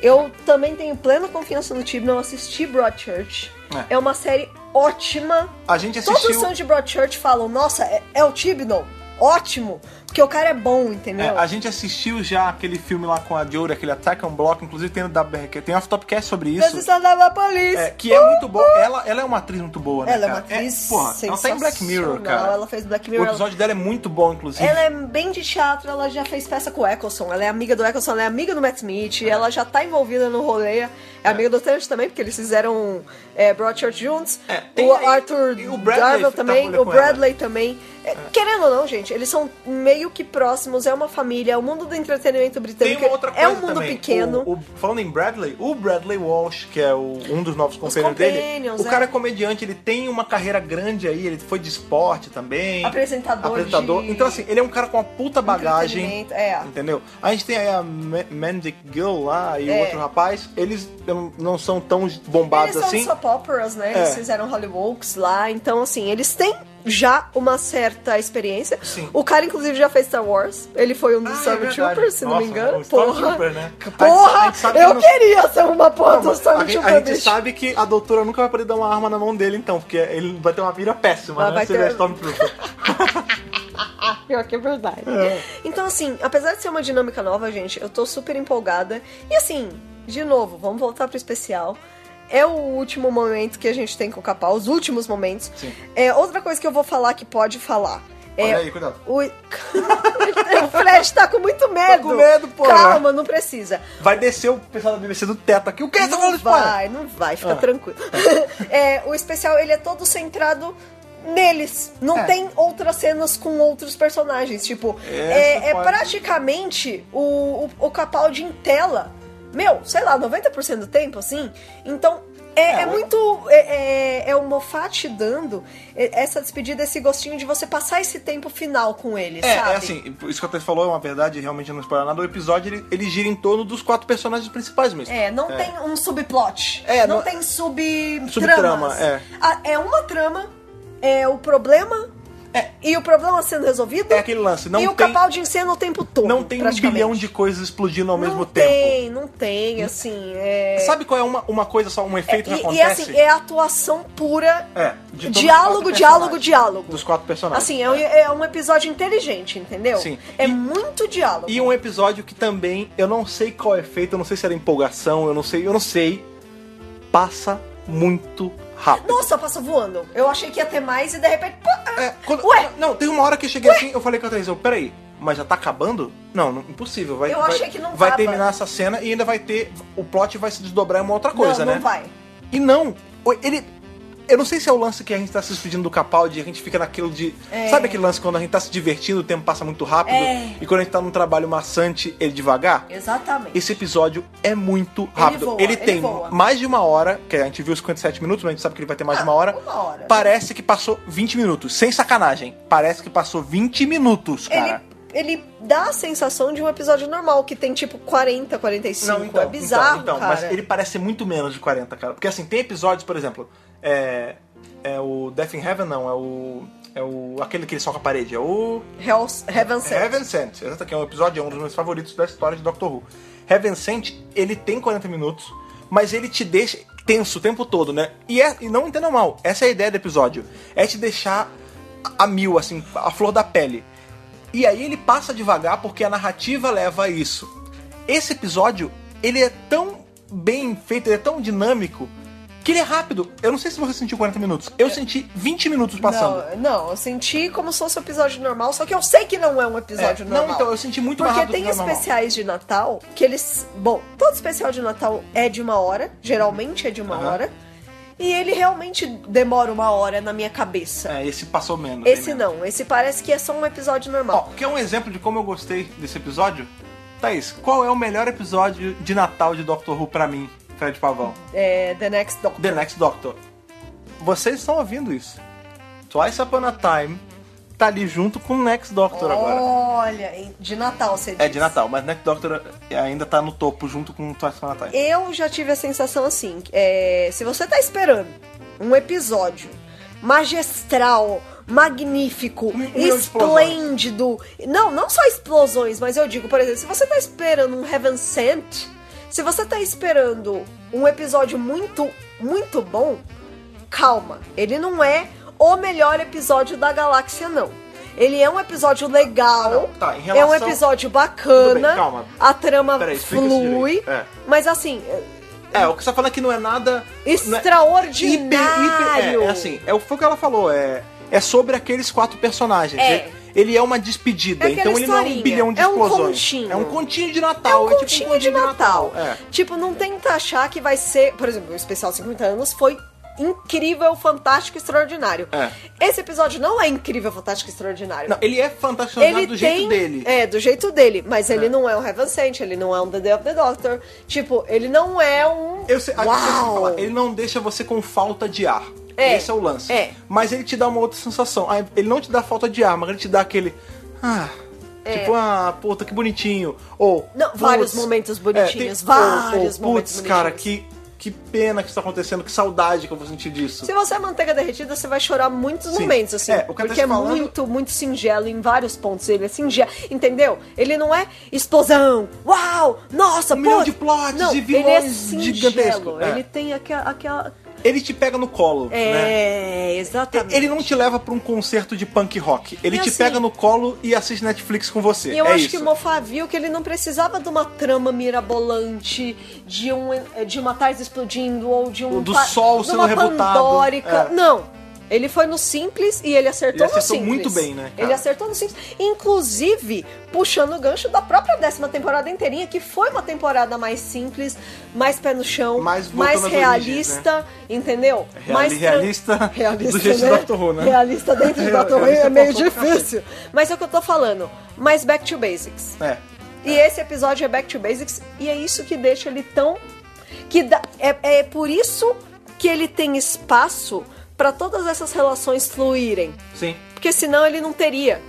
S2: Eu também tenho plena confiança no Tibner, eu assisti Broadchurch.
S1: É.
S2: É. uma série ótima.
S1: A gente
S2: Todos os
S1: assistiu.
S2: fãs de Broadchurch falam, nossa, é, é o Tibner? Ótimo! Porque o cara é bom,
S1: é,
S2: entendeu?
S1: a gente assistiu já aquele filme lá com a Jory, aquele Attack on Block, inclusive tem, no da, tem off topcast sobre isso.
S2: Mas isso da polícia.
S1: É, que é muito boa. Ela, ela é uma atriz muito boa, né?
S2: Ela é uma
S1: cara?
S2: atriz
S1: porra, ela tá em Black Mirror,
S2: sensacional,
S1: cara.
S2: Ela fez Black
S1: O
S2: Mirror. ela-
S1: episódio dela é muito bom, inclusive.
S2: Ela é bem de teatro, ela já fez peça com o Eccleston, ela é amiga do Eccleston, ela é amiga do Matt Smith, ela já tá envolvida no rolê, é, amiga do Terence também, porque eles fizeram é, Broadchurch juntos,
S1: É, tem
S2: o
S1: aí-
S2: Arthur
S1: e o Bradley
S2: Darvill
S1: tá
S2: também,
S1: rolê
S2: o
S1: com ela.
S2: Bradley também. É, Querendo ou não, gente, eles são meio que próximos, é uma família, é o mundo do entretenimento
S1: Tem
S2: britânico,
S1: uma outra coisa
S2: é um mundo
S1: também.
S2: pequeno.
S1: O- o- falando em Bradley, o Bradley Walsh, que é o- um dos novos companheiros dele,
S2: companions,
S1: o
S2: é.
S1: cara é comediante, ele tem uma carreira grande aí, ele foi de esporte também.
S2: Apresentador
S1: Apresentador.
S2: de-
S1: Então, assim, ele é um cara com uma puta bagagem.
S2: Entretenimento, é.
S1: Entendeu? A gente tem aí a Ma- Mandy Gill lá e o
S2: É.
S1: outro rapaz. Eles não- não são tão bombados
S2: Eles são
S1: assim.
S2: soap operas, né?
S1: É.
S2: Eles fizeram Hollywoods lá, então assim, eles têm já uma certa experiência.
S1: Sim.
S2: O cara, inclusive, já fez Star Wars. Ele foi um dos
S1: Ah, é
S2: Stormtroopers,
S1: verdade.
S2: se não
S1: Nossa,
S2: me engano.
S1: um
S2: Porra,
S1: Stormtrooper, né? A gente- a
S2: porra
S1: gente sabe que
S2: eu
S1: não-
S2: queria ser uma porra
S1: Não,
S2: do
S1: mas a, gente,
S2: Stormtrooper,
S1: a gente
S2: bicho.
S1: sabe que a doutora nunca vai poder dar uma arma na mão dele, então, porque ele vai ter uma mira péssima,
S2: Ela
S1: né?
S2: vai
S1: se
S2: ter-
S1: ele é Stormtrooper.
S2: Pior que é verdade.
S1: É.
S2: Então, assim, apesar de ser uma dinâmica nova, gente, eu tô super empolgada. E assim, de novo, vamos voltar pro especial. É o último momento que a gente tem com o Capal, os últimos momentos.
S1: Sim.
S2: É, outra coisa que eu vou falar que pode falar.
S1: Olha
S2: É,
S1: aí, cuidado.
S2: O... o Fred tá com muito medo.
S1: com medo, porra.
S2: Calma, não precisa.
S1: Vai descer o pessoal da BBC do teto aqui. O que? Tá
S2: não
S1: falando de spoiler?
S2: vai, não vai, fica
S1: Ah. Tá.
S2: tranquilo. É, o especial, ele é todo centrado neles. Não
S1: É.
S2: tem outras cenas com outros personagens. Tipo,
S1: Essa
S2: é, é
S1: pode-
S2: praticamente o, o, o Capaldi em tela. Meu, sei lá, 90% do tempo, assim. Então... É,
S1: É,
S2: é
S1: o-
S2: muito. É, é, é o Moffat te dando é, essa despedida, esse gostinho de você passar esse tempo final com ele,
S1: É,
S2: sabe?
S1: é assim, isso que o Tess falou é uma verdade, realmente eu não spoiler nada. O episódio ele, ele gira em torno dos quatro personagens principais mesmo.
S2: É, não tem um subplot.
S1: É,
S2: não,
S1: não-
S2: tem sub
S1: Subtrama,
S2: tramas.
S1: é.
S2: Ah, é uma trama, é o problema. E o problema sendo resolvido.
S1: É aquele lance, não
S2: E o
S1: tem-
S2: Capaldi em cena o tempo todo.
S1: Não tem um
S2: praticamente.
S1: bilhão de coisas explodindo ao mesmo
S2: não
S1: tempo.
S2: tem, não tem, assim. É...
S1: Sabe qual é uma, uma coisa só, um efeito que
S2: e, e
S1: acontece?
S2: assim, é atuação pura.
S1: É, de todos os quatro
S2: diálogo, diálogo,
S1: personagens.
S2: diálogo.
S1: Dos quatro personagens.
S2: Assim, é um, é um episódio inteligente, entendeu?
S1: Sim.
S2: É
S1: E-
S2: muito diálogo.
S1: E um episódio que também, eu não sei qual é feito, eu não sei se era empolgação, eu não sei, eu não sei. Passa muito rápido.
S2: Nossa, passa voando. Eu achei que ia ter mais e de repente. pô,
S1: É, quando-
S2: Ué?
S1: Não, tem uma hora que eu cheguei assim, eu falei com a Thaís, eu, peraí, mas já tá acabando? Não, não impossível. Vai,
S2: Eu
S1: vai-
S2: achei que não
S1: Vai
S2: tava.
S1: terminar essa cena e ainda vai ter. O plot vai se desdobrar em uma outra coisa,
S2: não,
S1: né?
S2: não vai.
S1: E não, ele. Eu não sei se é o lance que a gente tá se despedindo do Capaldi, a gente fica naquilo de.
S2: É.
S1: Sabe aquele lance quando a gente tá se divertindo, o tempo passa muito rápido?
S2: É.
S1: E quando a gente tá num trabalho maçante, ele devagar?
S2: Exatamente.
S1: Esse episódio é muito rápido.
S2: voa,
S1: Ele,
S2: ele
S1: tem
S2: voa.
S1: mais de uma hora, que a gente viu os 57 minutos, mas a gente sabe que ele vai ter mais de uma hora.
S2: uma hora.
S1: Parece que passou 20 minutos, sem sacanagem. Parece que passou 20 minutos, cara.
S2: ele, é ele dá a sensação de um episódio normal, que tem tipo 40, 45. é bizarro,
S1: então, então,
S2: cara.
S1: mas ele parece ser muito menos de 40, cara. Porque assim, tem episódios, por exemplo, é, é o Death in Heaven, não, é o é o aquele que ele soca a parede, é o
S2: Hell's, Heaven Sent.
S1: Heaven Sent. Exato, que é um episódio, é um dos meus favoritos da história de Doctor Who. Heaven Sent, ele tem 40 minutos, mas ele te deixa tenso o tempo todo, né? E, é, e não entenda mal, essa é a ideia do episódio. É te deixar a mil, assim, a flor da pele. E aí ele passa devagar porque a narrativa leva a isso. Esse episódio, ele é tão bem feito, ele é tão dinâmico, que ele é rápido. Eu não sei se você sentiu 40 minutos. Eu senti 20 minutos passando.
S2: É. Não, não, eu senti como se fosse um episódio normal, só que eu sei que não é um episódio
S1: É,
S2: normal.
S1: Não, então, eu senti muito mais
S2: Porque
S1: rápido
S2: tem
S1: do que o normal.
S2: especiais de Natal que eles. Bom, todo especial de Natal é de uma hora, geralmente é de uma
S1: Aham.
S2: hora. E ele realmente demora uma hora na minha cabeça.
S1: É, esse passou menos.
S2: esse
S1: bem menos.
S2: não, esse parece que é só um episódio normal.
S1: Ó, quer um exemplo de como eu gostei desse episódio? Thaís, qual é o melhor episódio de Natal de Doctor Who pra mim, Fred Pavão?
S2: É, The Next Doctor.
S1: The Next Doctor. Vocês estão ouvindo isso. Twice Upon a Time tá ali junto com o Next Doctor agora.
S2: Olha, hein, de Natal você
S1: É
S2: diz.
S1: de Natal, mas Next Doctor ainda tá no topo junto com Twice Upon a Time.
S2: Eu já tive a sensação assim, é, se você tá esperando um episódio magistral, magnífico,
S1: Um milhão de
S2: esplêndido. Não, não só explosões, mas eu digo, por exemplo, se você tá esperando um Heaven Sent, se você tá esperando um episódio muito, muito bom, calma, ele não é o melhor episódio da galáxia, não. Ele é um episódio legal,
S1: Não, tá, em
S2: é um
S1: relação-
S2: episódio bacana,
S1: Tudo bem, calma.
S2: a trama
S1: Peraí, explica isso
S2: flui,
S1: direito. É.
S2: mas assim,
S1: É, o que você tá falando é que não é nada. não é- Hiper, hiper,
S2: extraordinário.
S1: é, é assim, é, o- foi o que ela falou, é, é sobre aqueles quatro personagens.
S2: É.
S1: Ele- Ele é uma despedida,
S2: É aquela
S1: então ele não é um
S2: historinha,
S1: bilhão de
S2: é um
S1: explosões.
S2: continho.
S1: É um continho de
S2: É
S1: Natal.
S2: um
S1: tipo
S2: continho de Natal.
S1: É.
S2: Tipo, não tenta achar que vai ser. Por exemplo, o especial 50 anos foi incrível, fantástico, extraordinário.
S1: É.
S2: Esse episódio não é incrível, fantástico, extraordinário.
S1: Não, ele é fantástico
S2: Ele
S1: do jeito
S2: tem,
S1: dele.
S2: É, do jeito dele. Mas ele não é um Heaven Sent, ele não é um The Day of the Doctor. Tipo, ele não é um.
S1: Eu sei, a gente tem que
S2: Uau!
S1: falar, ele não deixa você com falta de ar.
S2: É,
S1: Esse é o lance.
S2: é.
S1: Mas ele te dá uma outra sensação. Ah, Ele não te dá falta de ar, mas ele te dá aquele. Ah. Tipo, ah, puta, que bonitinho. Ou.
S2: É. Não,
S1: putz, é,
S2: vários momentos bonitinhos,
S1: ou-
S2: vários
S1: ou,
S2: momentos
S1: Putz, cara, que,
S2: bonitinhos.
S1: que pena que isso tá acontecendo, que saudade que eu vou sentir disso.
S2: Se você é manteiga derretida, você vai chorar muitos
S1: Sim.
S2: momentos, assim.
S1: É, o que eu tô
S2: porque é
S1: te falando-
S2: muito, muito singelo em vários pontos. Ele é singelo, entendeu? Ele não é explosão, uau, nossa,
S1: Um milhão
S2: pô.
S1: de plots,
S2: não,
S1: de
S2: ele é
S1: vilões
S2: singelo.
S1: gigantescos, é.
S2: Ele tem aquela... aquela...
S1: Ele te pega no colo, né?
S2: É, exatamente.
S1: Ele não te leva pra um concerto de punk rock. Ele
S2: E
S1: te
S2: assim-
S1: pega no colo e assiste Netflix com você.
S2: E eu
S1: é
S2: acho
S1: isso.
S2: que o Mofá viu que ele não precisava de uma trama mirabolante, de, um, de uma tarde explodindo, ou de um.
S1: Do
S2: pa-
S1: sol
S2: de
S1: sendo
S2: uma
S1: rebotado,
S2: Pandórica.
S1: é.
S2: Não. Ele foi no simples e ele acertou,
S1: Ele acertou
S2: no simples.
S1: muito bem, né, cara?
S2: Ele acertou no simples. Inclusive, puxando o gancho da própria décima temporada inteirinha, que foi uma temporada mais simples, mais pé no chão,
S1: Mais voltando às origens, né?
S2: realista, entendeu?
S1: Reali-
S2: mais tran-
S1: realista
S2: realista
S1: do jeito
S2: né?
S1: do Dr. Who, né?
S2: Realista dentro de
S1: Real-
S2: Dr. Who é
S1: realista
S2: meio
S1: pra pouca
S2: difícil. Mas é o que eu tô falando. Mais back to basics.
S1: É.
S2: E esse episódio é Back to Basics e é isso que deixa ele tão que dá- é, é por isso que ele tem espaço pra todas essas relações fluírem,
S1: Sim.
S2: porque senão ele não teria.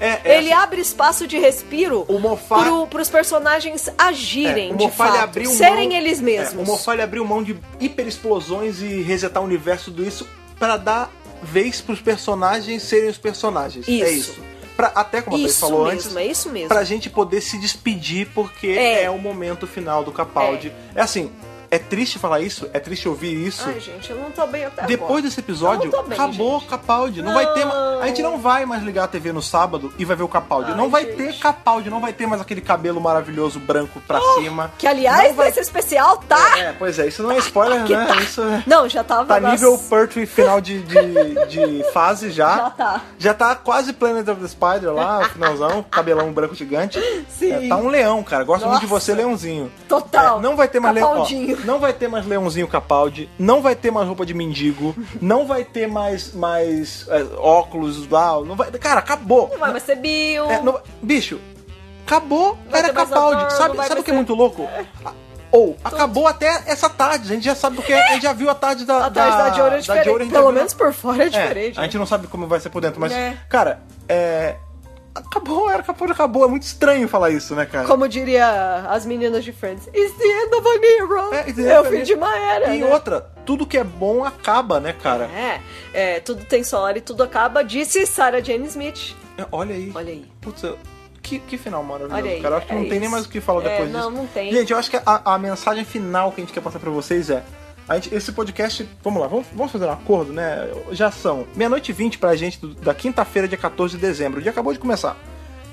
S1: É, é
S2: ele abre espaço de respiro
S1: O Moffat-
S2: pro, pros personagens agirem,
S1: É, o
S2: de
S1: Moffat, ele
S2: fato,
S1: abriu mão-
S2: serem eles
S1: É, o
S2: mesmos.
S1: Moffat ele abriu mão de hiperexplosões e resetar o universo do isso pra dar vez pros personagens serem os personagens. É
S2: Isso.
S1: isso. Pra, até como a Thaís
S2: isso
S1: falou
S2: mesmo,
S1: antes,
S2: é isso mesmo.
S1: pra gente poder se despedir porque
S2: É.
S1: é, o momento final do Capaldi. É. assim, é triste falar isso, é triste ouvir isso.
S2: Ai, gente, eu não tô bem até
S1: Depois
S2: agora.
S1: desse episódio,
S2: Eu não tô bem,
S1: acabou
S2: gente.
S1: Capaldi. Não,
S2: Não.
S1: vai ter mais. A gente não vai mais ligar a TV no sábado e vai ver o Capaldi.
S2: Ai,
S1: não vai
S2: gente.
S1: ter Capaldi, não vai ter mais aquele cabelo maravilhoso branco pra
S2: Oh!
S1: cima.
S2: Que aliás,
S1: Não vai-
S2: esse especial tá
S1: É, pois é, isso não é spoiler,
S2: que
S1: né?
S2: tá.
S1: Isso é.
S2: Não, já tava
S1: Tá
S2: nas-
S1: nível Pertwee final de, de, de fase já.
S2: Já tá.
S1: Já tá quase Planet of the Spider lá, finalzão, cabelão branco gigante.
S2: Sim.
S1: É, tá um leão, cara. Gosto muito de
S2: Nossa.
S1: você, leãozinho.
S2: Total.
S1: É, não vai ter mais leão.
S2: Capaldinho.
S1: Não vai ter mais leãozinho Capaldi. Não vai ter mais roupa de mendigo. Não vai ter mais, mais é, óculos lá. Não vai, cara, acabou.
S2: Não vai mais ser Bill.
S1: É, não- bicho, acabou,
S2: Vai
S1: era
S2: ter mais
S1: Capaldi.
S2: ator,
S1: sabe
S2: não vai
S1: sabe o
S2: mais
S1: que é
S2: ser-
S1: muito louco? A- Ou, acabou até essa tarde. A gente já sabe porque a gente já viu a tarde da.
S2: A tarde da, de ouro é
S1: da de
S2: diferente.
S1: ouro a gente já
S2: Pelo
S1: viu na-
S2: menos por fora é
S1: É,
S2: diferente.
S1: a gente não sabe como vai ser por dentro, mas.
S2: É.
S1: Cara, é. Acabou, era Capaldi, acabou. É muito estranho falar isso, né, cara?
S2: Como diria as meninas de Friends, It's the end of an era.
S1: É,
S2: É, o fim de uma era.
S1: E
S2: né?
S1: outra, tudo que é bom acaba, né, cara?
S2: É, é, tudo tem sua hora e tudo acaba, disse Sarah Jane Smith.
S1: Olha aí.
S2: Olha aí.
S1: Putz, eu- que, que final maravilhoso,
S2: Olha aí,
S1: cara. Eu acho que
S2: é
S1: não tem nem
S2: isso.
S1: mais o que falar
S2: É,
S1: depois
S2: não,
S1: disso.
S2: não tem.
S1: Gente, eu acho que a, a mensagem final que a gente quer passar pra vocês é. a gente- esse podcast, vamos lá, vamos, vamos fazer um acordo, né? Já são meia-noite e vinte pra gente do- da quinta-feira, dia 14 de dezembro. O dia acabou de começar.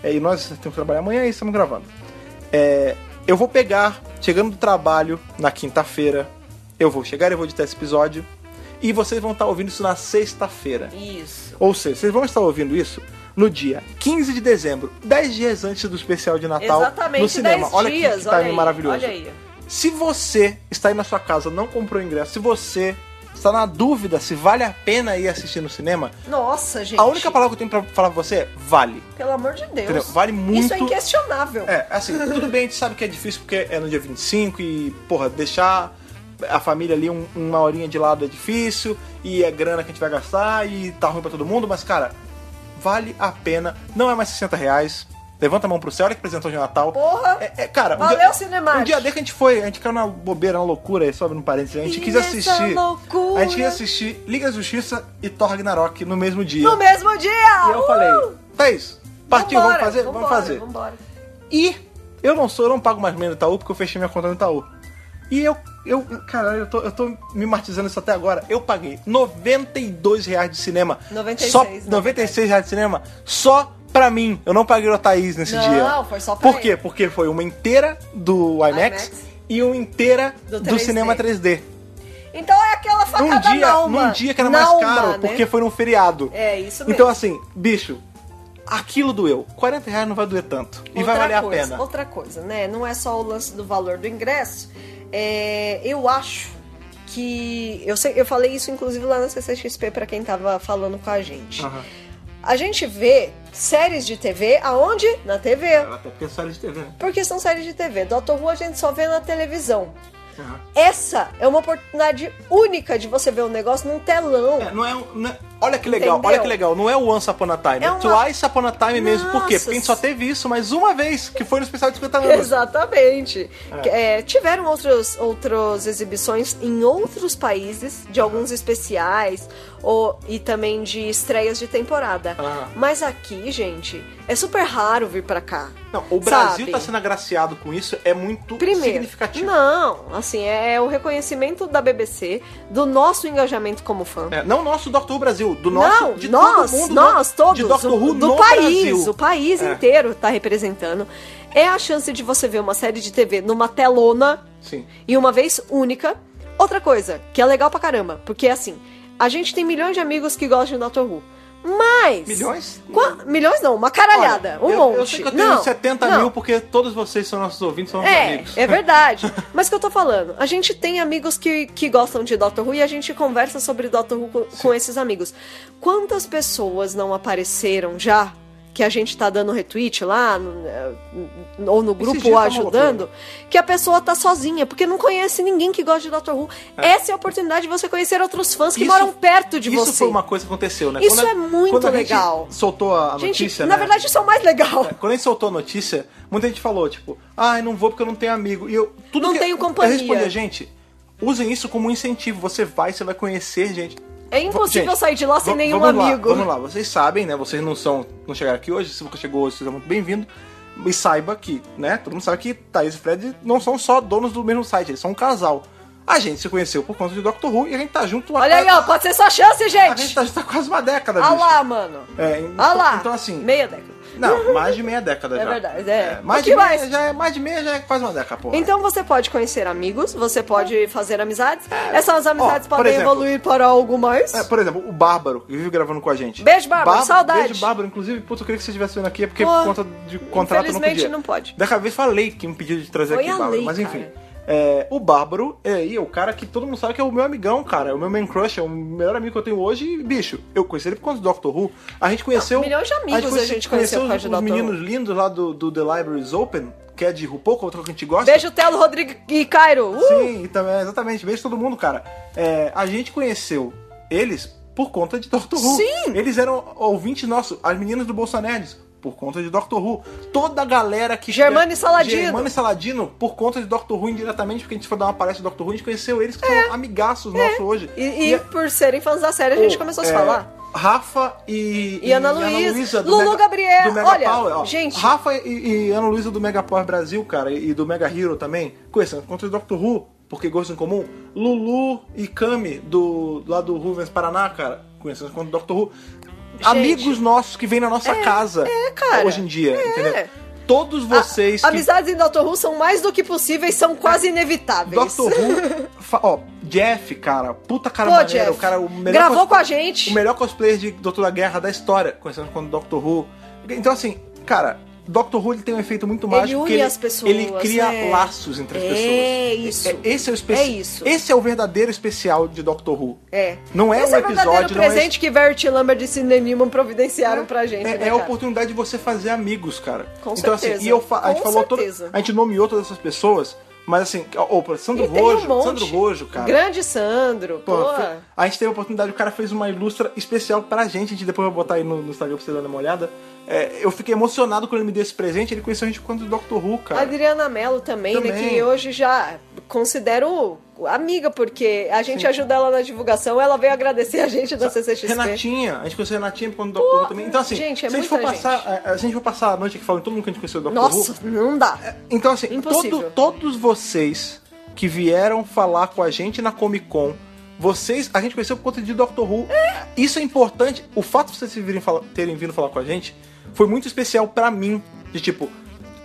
S1: É, e nós temos que trabalhar amanhã e estamos gravando. É, eu vou pegar, chegando do trabalho, na quinta-feira, eu vou chegar e vou editar esse episódio. E vocês vão estar ouvindo isso na sexta-feira.
S2: Isso.
S1: Ou seja, vocês vão estar ouvindo isso no dia 15 de dezembro, 10 dias antes do especial de Natal
S2: Exatamente,
S1: no cinema.
S2: 10
S1: olha
S2: dias,
S1: que, que
S2: olha
S1: timing
S2: aí,
S1: maravilhoso.
S2: Olha aí.
S1: Se você está aí na sua casa, não comprou ingresso, se você está na dúvida se vale a pena ir assistir no cinema,
S2: Nossa, gente.
S1: a única palavra que eu tenho pra falar pra você é vale.
S2: Pelo amor de Deus.
S1: Entendeu? Vale
S2: Isso
S1: muito-
S2: é inquestionável.
S1: É, assim, tudo bem, a gente sabe que é difícil porque é no dia 25 e, porra, deixar a família ali um- uma horinha de lado é difícil e é grana que a gente vai gastar e tá ruim pra todo mundo, mas, cara, vale a pena. Não é mais 60 reais, Levanta a mão pro céu, olha que apresentou de Natal.
S2: Porra!
S1: É, é, cara,
S2: Valeu,
S1: dia,
S2: Cinemark.
S1: Um dia desse que a gente foi, a gente caiu na bobeira, na loucura, aí sobe no parênteses, a gente
S2: E
S1: quis
S2: essa
S1: assistir.
S2: é loucura.
S1: A gente quis assistir Liga da Justiça e Thor Ragnarok no mesmo dia.
S2: No mesmo dia! Uh!
S1: e eu falei, Thaís, partiu, vamos
S2: Vambora,
S1: fazer? vamos
S2: vambora,
S1: fazer.
S2: Vambora.
S1: E eu não sou, eu não pago mais menos Itaú porque eu fechei minha conta no Itaú. E eu, eu cara, eu tô, eu tô me martizando isso até agora. Eu paguei R$ 92 reais de cinema.
S2: 96,
S1: só,
S2: na verdade.
S1: 96 reais de cinema só pra mim. Eu não paguei o Thaís nesse
S2: Não,
S1: dia.
S2: foi só pra
S1: Por quê?
S2: ele.
S1: Porque foi uma inteira do IMAX,
S2: IMAX.
S1: e uma inteira do,
S2: Do 3D.
S1: cinema 3D.
S2: Então é aquela facada
S1: Num dia,
S2: na alma.
S1: num dia que era
S2: Na
S1: mais
S2: alma,
S1: caro,
S2: né?
S1: porque foi num feriado.
S2: É, isso mesmo.
S1: Então, assim, bicho, aquilo doeu. 40 reais não vai doer tanto. e vai
S2: Outra
S1: valer
S2: coisa,
S1: a pena.
S2: Outra coisa, né? Não é só o lance do valor do ingresso. É, eu acho que. Eu, sei- eu falei isso, inclusive, lá na CCXP pra quem tava falando com a gente.
S1: Aham.
S2: A gente vê séries de TV aonde? Na TV.
S1: Até porque é série de TV, né?
S2: Porque são séries de TV. Doctor Who a gente só vê na televisão. Essa é uma oportunidade única de você ver um negócio num telão.
S1: É, não é, um- não é- olha que legal,
S2: Entendeu?
S1: olha que legal. Não é o Once Upon a Time, é
S2: É uma-
S1: Twice Upon a Time mesmo. Por quê?
S2: Nossa.
S1: Porque a gente só teve isso, mas uma vez, que foi no especial de 50 anos.
S2: Exatamente. É, tiveram outros, outras exibições em outros países, de alguns especiais, ou, e também de estreias de temporada.
S1: Aham.
S2: Mas aqui, gente, é super raro vir pra cá.
S1: Não, o Brasil
S2: sabe?
S1: tá sendo agraciado com isso, é muito
S2: Primeiro,
S1: significativo.
S2: não, assim, é o reconhecimento da BBC, do nosso engajamento como fã.
S1: É, não nosso Doctor Who Brasil, do nosso,
S2: não,
S1: de
S2: nós,
S1: todo mundo,
S2: nós
S1: né?
S2: todos,
S1: de Doctor
S2: o-
S1: Who
S2: do
S1: no
S2: país,
S1: Brasil.
S2: o país
S1: É.
S2: inteiro tá representando. É a chance de você ver uma série de TV numa telona
S1: Sim.
S2: e uma vez única. Outra coisa, que é legal pra caramba, porque assim, a gente tem milhões de amigos que gostam de Doctor Who. Mas.
S1: Milhões?
S2: Qua- Milhões não, uma caralhada. um
S1: Olha, eu,
S2: monte.
S1: Eu sei que eu tenho
S2: não,
S1: 70
S2: não.
S1: mil, porque todos vocês são nossos ouvintes, são nossos
S2: É,
S1: amigos.
S2: é verdade. Mas o que eu tô falando? A gente tem amigos que, que gostam de Doctor Who e a gente conversa sobre Doctor Who com, com esses amigos. Quantas pessoas não apareceram já que a gente tá dando retweet lá, no- eh, ou no grupo,
S1: dia
S2: ou
S1: tá uma
S2: ajudando, que a pessoa tá sozinha, porque não conhece ninguém que gosta de Doctor Who. Essa é a oportunidade de você conhecer outros fãs que
S1: Isso-
S2: moram perto de
S1: isso
S2: você.
S1: foi uma coisa que aconteceu, né?
S2: Isso
S1: Quando a-
S2: é muito
S1: quando a gente
S2: legal.
S1: soltou a a
S2: Gente,
S1: notícia,
S2: na
S1: né?
S2: verdade isso é o mais legal.
S1: Quando a gente soltou a notícia, muita gente falou, tipo, ai, não vou porque eu não tenho amigo. E eu. Tudo
S2: Não
S1: que
S2: tenho companhia.
S1: Eu respondi, gente, usem isso como um incentivo. Você vai, você vai conhecer, gente.
S2: É impossível
S1: Gente,
S2: sair de lá sem
S1: va-
S2: nenhum
S1: vamos lá,
S2: amigo.
S1: vamos lá, vocês sabem, né? Vocês não são. não chegaram aqui hoje, se você chegou hoje, seja muito bem-vindo. E saiba que, né? Todo mundo sabe que Thaís e Fred não são só donos do mesmo site, eles são um casal. A gente se conheceu por conta de Doctor Who e a gente tá junto lá.
S2: Olha aí, ó, pode ser sua chance,
S1: A gente
S2: gente.
S1: tá junto há quase uma década,
S2: Ah
S1: bicho.
S2: lá, mano.
S1: É,
S2: Ah
S1: então,
S2: lá.
S1: então assim.
S2: Meia década.
S1: Não, mais de meia década
S2: É
S1: já.
S2: verdade, é.
S1: mais,
S2: O
S1: de
S2: que
S1: meia,
S2: mais?
S1: Já é mais de meia já é quase uma década, porra.
S2: Então você pode conhecer amigos, você pode fazer amizades. Essas
S1: É,
S2: amizades
S1: Ó, por
S2: podem
S1: exemplo-
S2: evoluir para algo mais.
S1: É, por exemplo, o Bárbaro, que vive gravando com a gente.
S2: Beijo, Bárbaro, saudade.
S1: Beijo, Bárbaro. Inclusive, puta, eu queria que você estivesse vindo aqui, é porque
S2: Pô,
S1: por conta de contrato eu não
S2: infelizmente
S1: podia.
S2: não pode.
S1: Daquela vez foi a lei que me pediu de trazer
S2: Foi
S1: aqui,
S2: a
S1: Bárbaro.
S2: lei,
S1: Mas enfim.
S2: cara.
S1: É, o Bárbaro é aí, é o cara que todo mundo sabe que é o meu amigão, cara. É o meu man crush, é o melhor amigo que eu tenho hoje. E, bicho, eu conheci ele por conta do Doctor Who. A gente conheceu.
S2: milhões de amigos a gente conheceu por
S1: os,
S2: causa do
S1: os
S2: Doctor Who.
S1: meninos lindos lá do, do The Libraries Open, que é de RuPaul, que é outra que a gente gosta.
S2: Beijo, Telo, Rodrigo e Cairo. Uh!
S1: Sim, e também, exatamente. Beijo todo mundo, cara. É, a gente conheceu eles por conta de Doctor Who.
S2: Sim!
S1: Eles eram ouvintes nossos, as meninas do Bolsonares, por conta de Doctor Who. Toda a galera que...
S2: Germano e Saladino.
S1: Germano e Saladino, por conta de Doctor Who indiretamente, porque a gente foi dar uma palestra de Doctor Who, a gente conheceu eles, que são amigaços nossos hoje.
S2: É.
S1: é-
S2: E, e por serem fãs da série, a gente
S1: Pô,
S2: começou a
S1: é,
S2: se falar.
S1: Rafa e,
S2: E Ana Luísa,
S1: do
S2: Lulu
S1: Mega-
S2: Gabriel,
S1: do Mega
S2: olha,
S1: Power, ó.
S2: gente.
S1: Rafa e, e Ana Luísa do Mega Power Brasil, cara, e do Mega Hero também, conhecendo contra o Doctor Who, porque gosto em comum. Lulu e Cami, do, lá do Rubens Paraná, cara, conhecendo contra o Doctor Who. Amigos nossos que vêm na nossa casa
S2: É, cara, É.
S1: hoje em dia, entendeu? Todos vocês
S2: A-
S1: é que
S2: Amizades em Doctor Who são mais do que possíveis, são quase inevitáveis.
S1: Doctor Who. fa- Ó, Jeff, cara, puta cara
S2: Pô,
S1: maneiro,
S2: Jeff,
S1: o cara, o melhor
S2: gravou
S1: cos-
S2: com a gente.
S1: O melhor cosplayer de Doutor da Guerra da história, conhecendo quando Doctor Who. Então, assim, cara, Doctor Who ele tem um efeito muito mágico.
S2: une
S1: porque ele,
S2: as pessoas,
S1: Ele cria
S2: é.
S1: laços entre as
S2: É
S1: pessoas.
S2: isso.
S1: É, esse é o especi...
S2: É isso.
S1: Esse é o verdadeiro especial de Doctor Who.
S2: É.
S1: Não é
S2: Esse
S1: um
S2: é o verdadeiro
S1: episódio, não é
S2: presente que Vert e Lambert e Sidney Newman providenciaram pra gente.
S1: É,
S2: né,
S1: é a
S2: cara?
S1: oportunidade de você fazer amigos, cara.
S2: Com
S1: então,
S2: certeza.
S1: assim, e eu fa- a gente
S2: Com
S1: falou toda-
S2: certeza.
S1: A gente nomeou todas essas pessoas, mas assim, ô, ô, Sandro
S2: E tem um
S1: Rojo,
S2: monte.
S1: Sandro Rojo, cara.
S2: Grande Sandro,
S1: Pô,
S2: porra.
S1: foi- a gente teve a oportunidade, o cara fez uma ilustra especial pra gente, a gente depois vai botar aí no, no Instagram pra você dar uma olhada. é, eu fiquei emocionado quando ele me deu esse presente. Ele conheceu a gente quando o Dr. Who, cara.
S2: Adriana Mello também, né?
S1: Tá. Também.
S2: Que hoje já considero amiga, porque a gente ajuda ela na divulgação, ela veio agradecer a gente da CCXP.
S1: Renatinha, a gente conheceu a Renatinha quando o Dr. Who também. Então, assim,
S2: gente, é
S1: se, a gente for
S2: muita gente.
S1: passar, a- a- se a gente for passar a noite aqui falando todo mundo que a gente conheceu o Dr.
S2: Nossa,
S1: Who.
S2: não dá.
S1: Então, assim, todo-
S2: Impossível.
S1: todos vocês que vieram falar com a gente na Comic Con, vocês, a gente conheceu por conta de Doctor Who. Isso é importante. O fato de vocês virem falar- terem vindo falar com a gente foi muito especial pra mim. De tipo,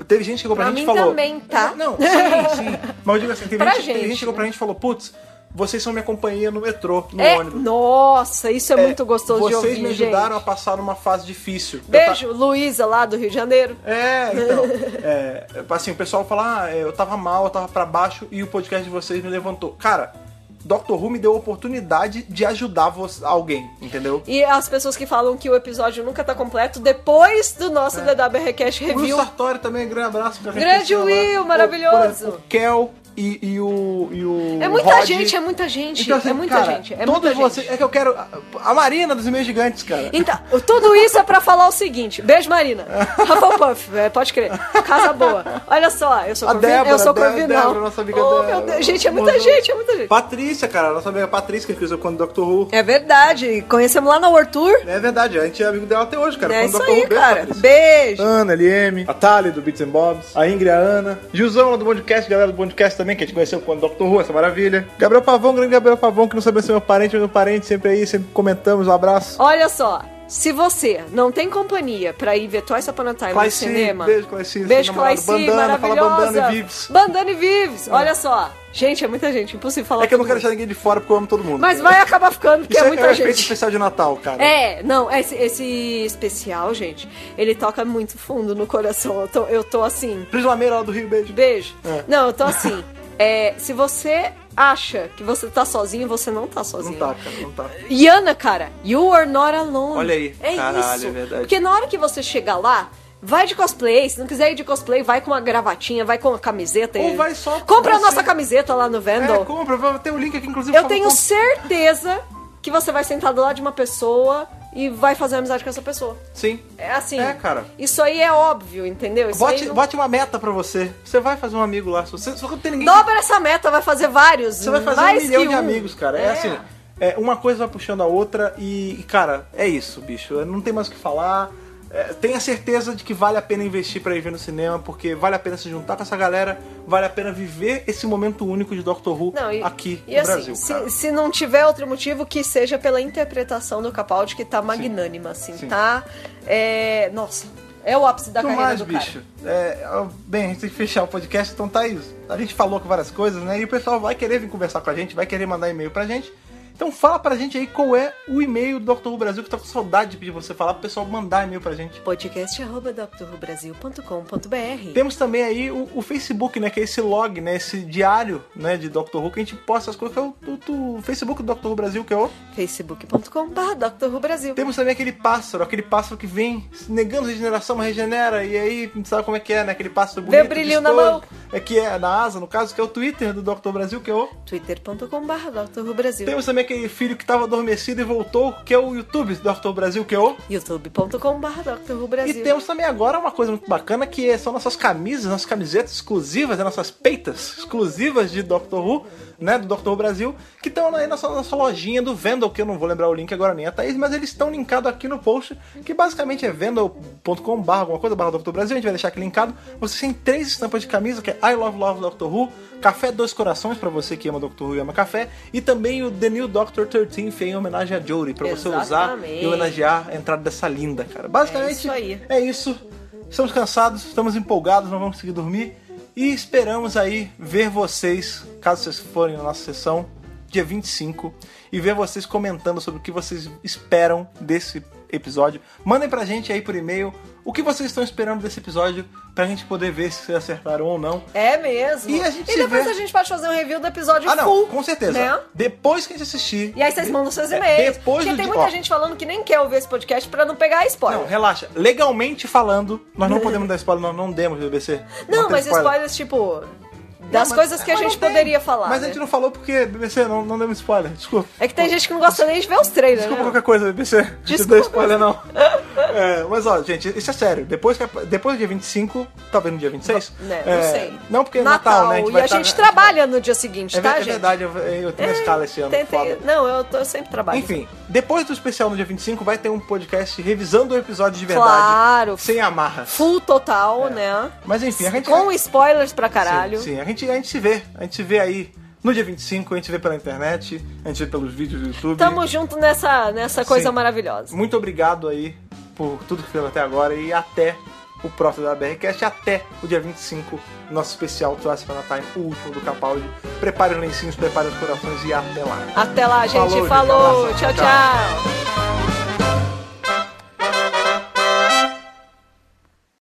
S1: teve gente que chegou pra,
S2: Pra
S1: gente e
S2: mim
S1: falou. É,
S2: também, tá?
S1: Não, sim, sim. Mas eu digo assim, teve
S2: Pra
S1: gente, teve
S2: gente,
S1: gente que chegou pra gente e falou, putz, vocês são minha companhia no metrô, no
S2: É,
S1: ônibus.
S2: nossa, isso é, muito gostoso
S1: Vocês
S2: de ouvir,
S1: me ajudaram
S2: gente.
S1: a passar uma fase difícil. Eu ta-
S2: Beijo, Luísa, lá do Rio de Janeiro.
S1: é, então. é, assim, o pessoal fala, ah, eu tava mal, eu tava pra baixo e o podcast de vocês me levantou. Cara, Dr. Who me deu a oportunidade de ajudar vo- alguém, entendeu?
S2: E as pessoas que falam que o episódio nunca tá completo depois do nosso
S1: É.
S2: DW Request
S1: O Will
S2: Review.
S1: Sartori também, grande abraço pra gente.
S2: Grande
S1: lá.
S2: Will,
S1: O-
S2: maravilhoso.
S1: O, o Kel e, e o, e o.
S2: É muita
S1: Rod.
S2: gente, é muita gente.
S1: Então, assim,
S2: é muita
S1: cara,
S2: gente. É
S1: todos
S2: muita
S1: vocês.
S2: gente.
S1: É que eu quero. a- A Marina dos meus gigantes, cara.
S2: Então, tudo isso é pra falar o seguinte. Beijo, Marina. Rafa Puff, é, pode crer. Casa boa. Olha só, eu sou
S1: A
S2: corvin...
S1: Débora,
S2: eu sou
S1: Débora,
S2: corvinal.
S1: Débora, nossa amiga
S2: oh,
S1: Débora.
S2: meu Deus. Gente, é muita
S1: Mozão.
S2: gente, é muita gente.
S1: Patrícia, cara, nossa amiga Patrícia que a gente conheceu quando Dr. Who.
S2: É verdade. Conhecemos lá na World Tour.
S1: É verdade, a gente é amigo dela até hoje, cara.
S2: É
S1: Quando
S2: isso
S1: Dr. Who,
S2: aí,
S1: beijo,
S2: cara.
S1: Patrícia.
S2: Beijo.
S1: Ana, LM, a Thali do Beats and Bobs, a Ingrid, a Ana, Gilzão lá do Bondcast, galera do Bondcast também, que a gente conheceu quando o Dr. Who, essa maravilha. Gabriel Pavão, grande Gabriel Pavão, que não sabia se é meu parente ou meu parente, sempre aí, sempre comentamos, um abraço.
S2: Olha só, se você não tem companhia pra ir ver Twice Upon a Time
S1: Clay
S2: no
S1: C,
S2: É cinema...
S1: beijo, Clay C,
S2: Beijo,
S1: seu namorado.
S2: Claici,
S1: Bandana, fala
S2: maravilhosa.
S1: Bandana e Vives.
S2: Bandana e Vives, olha só. Gente, é muita gente, impossível falar
S1: É que eu não
S2: tudo.
S1: quero deixar ninguém de fora porque eu amo todo mundo.
S2: Mas vai acabar ficando, porque
S1: Isso
S2: é
S1: é,
S2: muita
S1: um respeito
S2: gente.
S1: especial de Natal, cara.
S2: É, não, esse, esse especial, gente, ele toca muito fundo no coração. Eu tô, eu tô assim,
S1: Pris Lameira lá do Rio, beijo.
S2: beijo.
S1: É.
S2: Não, eu tô assim. é, se você acha que você tá sozinho, você não tá
S1: Não
S2: sozinho.
S1: tá, cara, não tá.
S2: Yana, cara, you are not alone.
S1: Olha aí.
S2: É
S1: Caralho,
S2: isso.
S1: é verdade.
S2: Porque na hora que você chegar lá, vai de cosplay. Se não quiser ir de cosplay, vai com uma gravatinha, vai com uma camiseta.
S1: Ou vai só com
S2: Compra a
S1: você.
S2: nossa camiseta lá no Vendor.
S1: É, compra, tem um link aqui, inclusive.
S2: Eu
S1: por favor,
S2: tenho
S1: compra.
S2: certeza que você vai sentar do lado de uma pessoa e vai fazer amizade com essa pessoa.
S1: Sim.
S2: É assim.
S1: É, cara.
S2: Isso aí é óbvio, entendeu? Isso
S1: Bote,
S2: aí não-
S1: bote uma meta pra você. Você vai fazer um amigo lá. Se você, só que não tem ninguém que
S2: Dobra essa meta, vai fazer vários.
S1: Você vai fazer
S2: mais
S1: um milhão
S2: que
S1: de amigos, cara. É, assim. é, uma coisa vai puxando a outra e, e, cara, é isso, bicho. Não tem mais o que falar. É, tenha certeza de que vale a pena investir pra ir ver no cinema, porque vale a pena se juntar com essa galera, vale a pena viver esse momento único de Doctor Who
S2: Não, e-
S1: aqui
S2: e
S1: no
S2: assim,
S1: Brasil. cara.
S2: se, se não tiver outro motivo, que seja pela interpretação do Capaldi, que tá magnânima, assim,
S1: Sim.
S2: tá? É, nossa, é o ápice da
S1: Tudo
S2: carreira
S1: mais,
S2: do cara.
S1: bicho. É, ó, bem, a gente tem que fechar o podcast, então tá isso. A gente falou com várias coisas, né? E o pessoal vai querer vir conversar com a gente, vai querer mandar e-mail pra gente. Então fala pra gente aí qual é o e-mail do Dr. Who Brasil, que tá com saudade de pedir você falar pro pessoal mandar e-mail pra gente.
S2: podcast.drrubrasil.com.br
S1: Temos também aí o, o Facebook, né? Que é esse log, né? Esse diário, né? De Dr. Who, que a gente posta as coisas, que é o, o- o Facebook do Dr. Who Brasil, que é o...
S2: facebook.com.br drrubrasil
S1: Temos também aquele pássaro, aquele pássaro que vem negando regeneração, mas regenera, e aí não sabe como é que é, né? Aquele pássaro
S2: Vê
S1: bonito,
S2: o brilhinho na
S1: vistoso,
S2: mão.
S1: É que é na asa, no caso, que é o Twitter do Dr. Brasil, que é o...
S2: twitter.com.br drrubrasil
S1: Temos também aquele filho que tava adormecido e voltou, que é o YouTube do Dr. Brasil, que é o...
S2: youtube.com.br
S1: E
S2: drrubrasil
S1: temos também agora uma coisa muito bacana que é- são nossas camisas, nossas camisetas exclusivas, né, nossas peitas exclusivas de Doctor Who, né? Do Doctor Who Brasil, que estão aí na nossa, nossa lojinha do Vendel, que eu não vou lembrar o link agora nem a Thaís, mas eles estão linkados aqui no post, que basicamente é vendel.com.br, alguma coisa, barra Doctor Brasil, a gente vai deixar aqui linkado. Você tem três estampas de camisa, que é I Love Love Doctor Who, Café Dois Corações, pra você que ama Doctor Who e ama café, e também o The New Doctor 13, em homenagem a Jodie, pra você usar e
S2: Exatamente.
S1: homenagear a entrada dessa linda, cara. Basicamente,
S2: É isso aí.
S1: é isso. Estamos cansados, estamos empolgados, não vamos conseguir dormir. E esperamos aí ver vocês, caso vocês forem na nossa sessão, dia 25, e ver vocês comentando sobre o que vocês esperam desse episódio. Mandem pra gente aí por e-mail o que vocês estão esperando desse episódio, pra gente poder ver se vocês acertaram ou não.
S2: É mesmo.
S1: E a gente se
S2: depois
S1: vê.
S2: a gente pode fazer um review do episódio
S1: Ah, não,
S2: full.
S1: com certeza.
S2: né?
S1: Depois que a gente assistir.
S2: E aí vocês mandam seus
S1: É,
S2: e-mails.
S1: Depois
S2: porque
S1: do
S2: tem
S1: dia- ó,
S2: muita gente falando que nem quer ouvir esse podcast pra não pegar spoiler.
S1: Não, relaxa. Legalmente falando, nós não podemos dar spoiler, nós não demos BBC.
S2: Não,
S1: tem
S2: mas spoilers, tipo, das
S1: Não, mas-
S2: coisas que a
S1: mas
S2: gente
S1: não tem.
S2: poderia falar.
S1: Mas
S2: né?
S1: a gente não falou porque, BBC, não, não demos spoiler. Desculpa.
S2: É que tem gente que não gosta nem de ver os trailers.
S1: Desculpa
S2: né?
S1: qualquer coisa, BBC. A gente Não
S2: Desculpa.
S1: deu spoiler, não. É, mas ó, gente, isso é sério. Depois, que, depois do dia 25, talvez no dia 26.
S2: Não, né, não
S1: é,
S2: sei.
S1: Não, porque é
S2: Natal,
S1: Natal, né?
S2: e a gente trabalha no dia seguinte,
S1: É,
S2: tá,
S1: ver- é
S2: gente?
S1: verdade, eu, eu tenho
S2: É,
S1: escala esse ano.
S2: tem- tem-
S1: foda.
S2: não, eu, tô- eu sempre trabalho.
S1: Enfim, depois do especial no dia 25, vai ter um podcast revisando o episódio de verdade.
S2: Claro.
S1: Sem amarras.
S2: Full total, né?
S1: Mas É. enfim, a gente.
S2: Com spoilers pra caralho.
S1: Sim, sim, a gente, a gente se vê. A gente se vê aí no dia 25, a gente vê pela internet, a gente vê pelos vídeos do YouTube.
S2: Tamo junto nessa, nessa coisa
S1: Sim.
S2: maravilhosa.
S1: Muito obrigado aí por tudo que fez até agora e até o próximo da BRCast, até o dia 25, nosso especial Trace para Time, o último do Capaldi. Prepare os lencinhos, prepare os corações e até lá.
S2: Até lá, gente.
S1: Falou, gente.
S2: Falou.
S1: Abraço. Tchau.
S2: tchau. tchau.